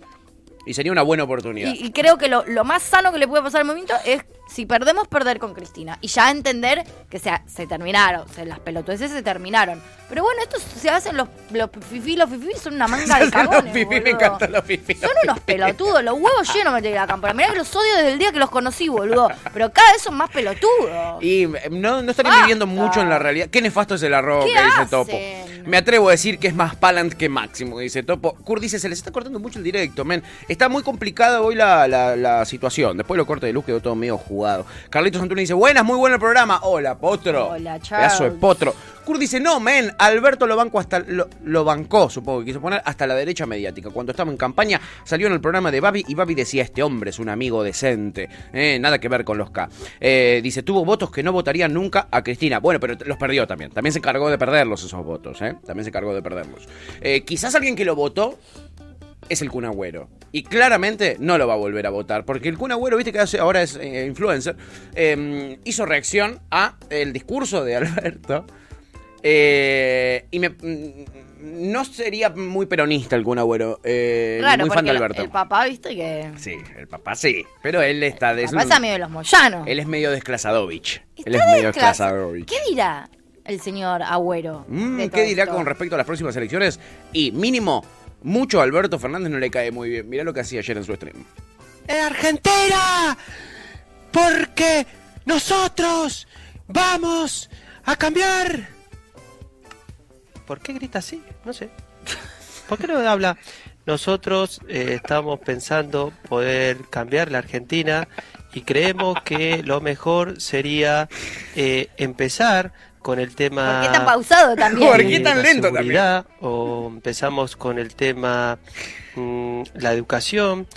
Speaker 1: Y sería una buena oportunidad.
Speaker 2: Y, y creo que lo, lo más sano que le puede pasar al movimiento es si perdemos, perder con Cristina. Y ya entender que se, se terminaron, se, las pelotudeces se terminaron. Pero bueno, esto se hacen los, los fifí, los fifí son una manga de cagones,
Speaker 1: me
Speaker 2: boludo.
Speaker 1: encantan los fifí.
Speaker 2: Son unos pelotudos, los huevos llenos me tiene la cámpora. Mirá que los odio desde el día que los conocí, boludo. Pero cada vez son más pelotudos.
Speaker 1: Y eh, no, no estaría viviendo mucho en la realidad. Qué nefasto es el arroz
Speaker 2: ¿Qué
Speaker 1: que dice
Speaker 2: hacen?
Speaker 1: Topo. Me atrevo a decir que es más Palant que Máximo, dice Topo. Kurt dice, se les está cortando mucho el directo, men. Está muy complicada hoy la, la- la situación. Después lo corte de luz quedó todo medio jugado. Carlitos Antunes dice, buenas, muy bueno el programa. Hola, Potro.
Speaker 2: Hola,
Speaker 1: Pedazo de
Speaker 2: Charles.
Speaker 1: potro. Kurt dice, no, men, Alberto lo banco hasta lo, lo bancó, supongo que quiso poner, hasta la derecha mediática. Cuando estaba en campaña, salió en el programa de Babi y Babi decía, este hombre es un amigo decente. Eh, nada que ver con los K. Eh, dice, tuvo votos que no votarían nunca a Cristina. Bueno, pero t- los perdió también. También se encargó de perderlos esos votos, ¿eh? También se encargó de perderlos. Eh, quizás alguien que lo votó es el Kun Agüero. Y claramente no lo va a volver a votar, porque el Kun Agüero, viste que hace- ahora es eh, influencer, eh, hizo reacción a el discurso de Alberto. Eh, y me, mm, no sería muy peronista el Kun Agüero, eh, ni
Speaker 2: Claro,
Speaker 1: muy fan
Speaker 2: porque
Speaker 1: de
Speaker 2: el,
Speaker 1: Alberto.
Speaker 2: el papá, viste que.
Speaker 1: sí, el papá sí, pero él está... de-
Speaker 2: El papá es amigo de los Moyanos.
Speaker 1: Él es medio desclasadovich. Él es
Speaker 2: Está
Speaker 1: medio
Speaker 2: desclas-
Speaker 1: desclasadovich.
Speaker 2: ¿Qué dirá el señor Agüero?
Speaker 1: Mm,
Speaker 2: de todo
Speaker 1: ¿Qué dirá
Speaker 2: esto?
Speaker 1: con respecto a las próximas elecciones? Y mínimo, mucho a Alberto Fernández no le cae muy bien. Mirá lo que hacía ayer en su stream.
Speaker 16: Argentina, porque nosotros vamos a cambiar.
Speaker 13: ¿Por qué grita así? No sé. ¿Por qué no habla?
Speaker 16: Nosotros eh, estamos pensando poder cambiar la Argentina y creemos que lo mejor sería eh, empezar con el tema.
Speaker 2: ¿Por qué tan pausado también?
Speaker 16: eh, la seguridad, O empezamos con el tema mm, la educación.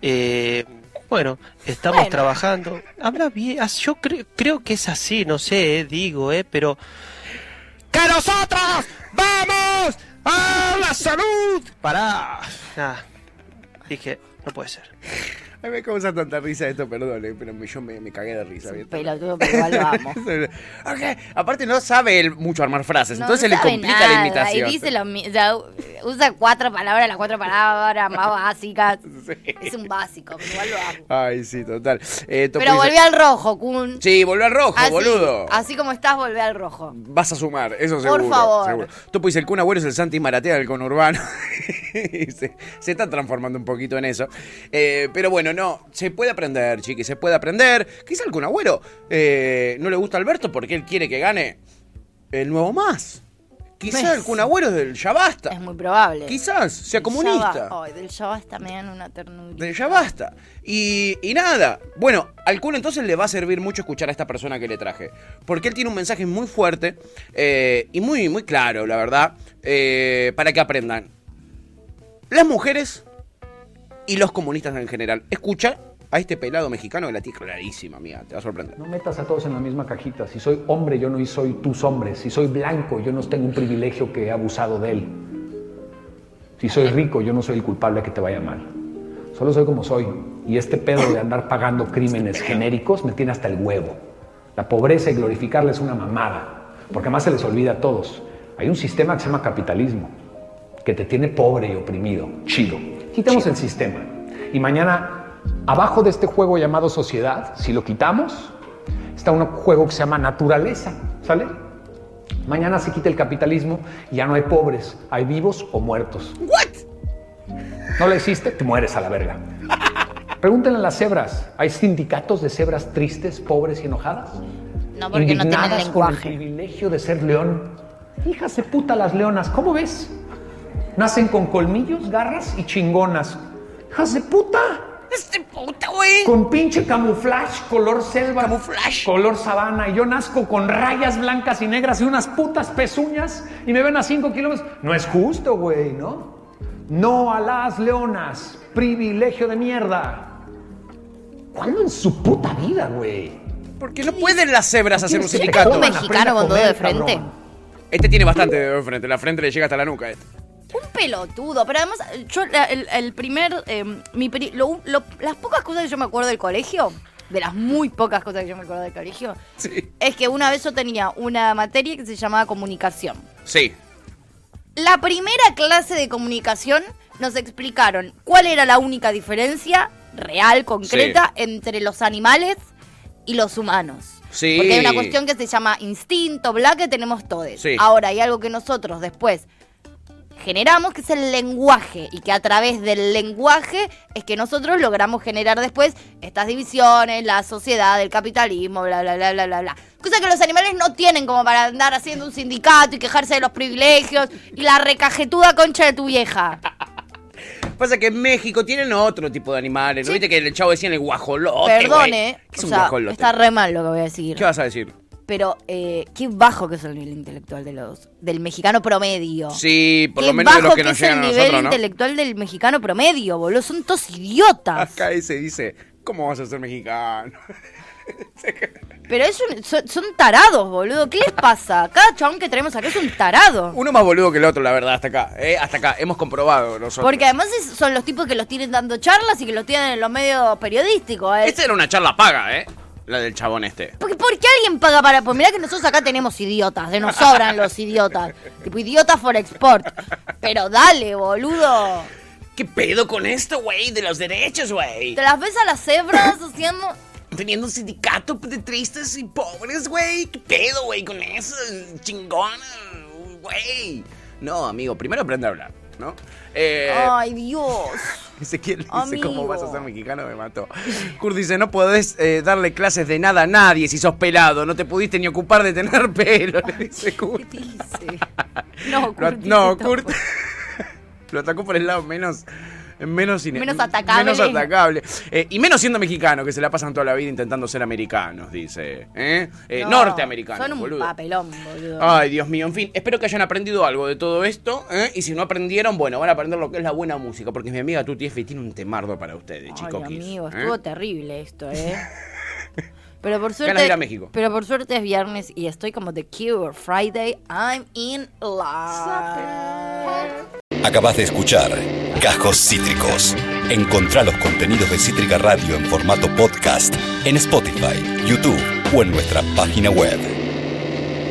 Speaker 16: eh, bueno, estamos
Speaker 13: Bueno.
Speaker 16: trabajando. Habla bien. ah, Yo cre- creo que es así, no sé, eh, digo, eh, pero.
Speaker 13: ¡Que nosotros vamos a la salud!
Speaker 16: Pará. Nah, Ah, dije, no puede ser.
Speaker 1: A mí me causa tanta risa esto, perdone, pero me- yo me, me cagué de risa.
Speaker 2: Es un
Speaker 1: ¿viste?
Speaker 2: pelotudo, pero igual lo amo.
Speaker 1: Ok, Aparte no sabe él mucho armar frases,
Speaker 2: No,
Speaker 1: entonces
Speaker 2: no
Speaker 1: le
Speaker 2: sabe
Speaker 1: complica
Speaker 2: nada,
Speaker 1: la imitación.
Speaker 2: Y dice lo mi- o sea, usa cuatro palabras, las cuatro palabras más básicas. Es un básico, pero igual lo amo.
Speaker 1: Ay, sí, total. Eh, Topo
Speaker 2: Pero
Speaker 1: dice-
Speaker 2: volví al Ah, rojo, Kun.
Speaker 1: Sí, volvió al rojo,
Speaker 2: Así-
Speaker 1: boludo.
Speaker 2: Así como estás, volví al rojo.
Speaker 1: Vas a sumar, eso
Speaker 2: Por
Speaker 1: seguro.
Speaker 2: favor.
Speaker 1: seguro. Topo dice, el Kun Agüero es el Santi Maratea del conurbano. Y se, se está transformando un poquito en eso. Eh, pero bueno, no, se puede aprender, chiqui, se puede aprender. Quizá el Kun Agüero eh, no le gusta a Alberto porque él quiere que gane el nuevo más. Quizá
Speaker 2: Messi.
Speaker 1: el Kun Agüero es del ya basta.
Speaker 2: Es muy probable.
Speaker 1: Quizás sea
Speaker 2: Del
Speaker 1: comunista.
Speaker 2: Yaba- Ay, del Yaba hasta me dan una ternura.
Speaker 1: Del ya basta. Y, y nada, bueno, al Kun entonces le va a servir mucho escuchar a esta persona que le traje. Porque él tiene un mensaje muy fuerte eh, y muy, muy claro, la verdad, eh, para que aprendan. Las mujeres y los comunistas en general. Escucha a este pelado mexicano que la tiene clarísima, amiga. Te va a sorprender.
Speaker 17: No metas a todos en la misma cajita. Si soy hombre, yo no soy tus hombres. Si soy blanco, yo no tengo un privilegio que he abusado de él. Si soy rico, yo no soy el culpable que te vaya mal. Solo soy como soy. Y este pedo de andar pagando crímenes genéricos me tiene hasta el huevo. La pobreza y glorificarla es una mamada. Porque además se les olvida a todos. Hay un sistema que se llama capitalismo, que te tiene pobre y oprimido. Chido. Quitemos el sistema. Y mañana, abajo de este juego llamado sociedad, si lo quitamos, está un juego que se llama naturaleza, ¿sale? Mañana se quita el capitalismo y ya no hay pobres, hay vivos o muertos.
Speaker 1: ¿What?
Speaker 17: No la hiciste, te mueres a la verga. Pregúntenle a las cebras, ¿hay sindicatos de cebras tristes, pobres y enojadas?
Speaker 2: No, porque no tienen
Speaker 17: Indignadas con el
Speaker 2: lenguaje.
Speaker 17: privilegio de ser león. Hijas de puta las leonas, ¿cómo ves? Nacen con colmillos, garras y chingonas. Hijas de puta.
Speaker 16: ¡Este puta, güey!
Speaker 17: Con pinche camuflaje, color selva. Color sabana. Y yo nazco con rayas blancas y negras y unas putas pezuñas y me ven a 5 kilómetros. No es justo, güey, ¿no? No a las leonas. Privilegio de mierda. ¿Cuándo en su puta vida, güey?
Speaker 1: Porque no pueden las cebras hacer un
Speaker 17: ¿Quién se
Speaker 1: sindicato.
Speaker 17: toma la prenda a comer, cabrón?
Speaker 1: Este tiene bastante dedo de frente. La frente le llega hasta la nuca. este.
Speaker 2: Un pelotudo, pero además yo la- el, el primer, eh, mi pri- lo- lo- las pocas cosas que yo me acuerdo del colegio, de las muy pocas cosas que yo me acuerdo del colegio, es que una vez yo tenía una materia que se llamaba comunicación.
Speaker 1: Sí.
Speaker 2: La primera clase de comunicación nos explicaron cuál era la única diferencia real, concreta, entre los animales y los humanos.
Speaker 1: Sí.
Speaker 2: Porque hay una cuestión que se llama instinto, bla, que tenemos todos.
Speaker 1: Sí.
Speaker 2: Ahora, hay algo que nosotros después generamos, que es el lenguaje, y que a través del lenguaje es que nosotros logramos generar después estas divisiones, la sociedad, el capitalismo, bla, bla, bla, bla, bla, bla. Cosa que los animales no tienen como para andar haciendo un sindicato y quejarse de los privilegios y la recajetuda concha de tu vieja.
Speaker 1: Ah, Pasa que en México tienen otro tipo de animales. ¿No viste que el chavo decía el guajolote? güey?
Speaker 2: Perdone, eh. o
Speaker 1: ¿Qué es un
Speaker 2: sea,
Speaker 1: guajolote?
Speaker 2: está re mal lo que voy a decir.
Speaker 1: ¿Qué vas a decir?
Speaker 2: Pero eh, qué bajo que es el nivel intelectual de los, del mexicano promedio.
Speaker 1: Sí, por
Speaker 2: Qué
Speaker 1: lo menos de
Speaker 2: bajo
Speaker 1: los que nos
Speaker 2: es
Speaker 1: llegan
Speaker 2: el
Speaker 1: a
Speaker 2: nivel
Speaker 1: nosotros, ¿no?
Speaker 2: intelectual del mexicano promedio, boludo. Son todos idiotas.
Speaker 1: Acá ese dice, ¿cómo vas a ser mexicano?
Speaker 2: Pero es un- son, son tarados, boludo. ¿Qué les pasa? Cada chabón que tenemos acá es un tarado.
Speaker 1: Uno más boludo que el otro, la verdad, hasta acá. eh, hasta acá, hemos comprobado nosotros.
Speaker 2: Porque además es- son los tipos que los tienen dando charlas y que los tienen en los medios periodísticos. ¿eh?
Speaker 1: Esta era una charla paga, ¿eh? La del chabón este.
Speaker 2: Porque, ¿Por qué alguien paga para.? Pues mirá que nosotros acá tenemos idiotas, de nos sobran los idiotas. Tipo, idiotas for export. Pero dale, boludo.
Speaker 1: ¿Qué pedo con esto, güey? De los derechos, güey.
Speaker 2: ¿Te las ves a las cebras haciendo.?
Speaker 1: Teniendo un sindicato de tristes y pobres, güey. ¿Qué pedo, güey, con eso? Chingona, güey. No, amigo, primero aprende a hablar, ¿no? Eh,
Speaker 2: Ay, Dios.
Speaker 1: Ezequiel dice,
Speaker 2: Oh, Amigo.
Speaker 1: ¿cómo vas a ser mexicano? Me mató. Kurt dice, no podés eh, darle clases de nada a nadie si sos pelado. No te pudiste ni ocupar de tener pelo, le dice Kurt.
Speaker 2: No,
Speaker 1: Lo at-
Speaker 2: Curtis,
Speaker 1: no,
Speaker 2: está-
Speaker 1: Kurt lo atacó por el lado menos... Menos, ine-
Speaker 2: Menos atacable.
Speaker 1: menos atacable. Eh, y menos siendo mexicano, que se la pasan toda la vida intentando ser americanos, dice. ¿eh? Eh,
Speaker 2: No,
Speaker 1: norteamericanos,
Speaker 2: Son un
Speaker 1: boludo.
Speaker 2: papelón, boludo.
Speaker 1: Ay, Dios mío, en fin, espero que hayan aprendido algo de todo esto. ¿eh? Y si no aprendieron, bueno, van a aprender lo que es la buena música, porque mi amiga Tuti F tiene un temardo para ustedes,
Speaker 2: Ay,
Speaker 1: chicos. ¿Eh?
Speaker 2: amigo, estuvo terrible esto, ¿eh? Pero por suerte.
Speaker 1: Ganas de ir a México.
Speaker 2: Pero por suerte es viernes y estoy como The Cure. Friday, I'm in love.
Speaker 18: Acabas de escuchar Cajos Cítricos. Encontrá los contenidos de Cítrica Radio en formato podcast en Spotify, YouTube o en nuestra página web.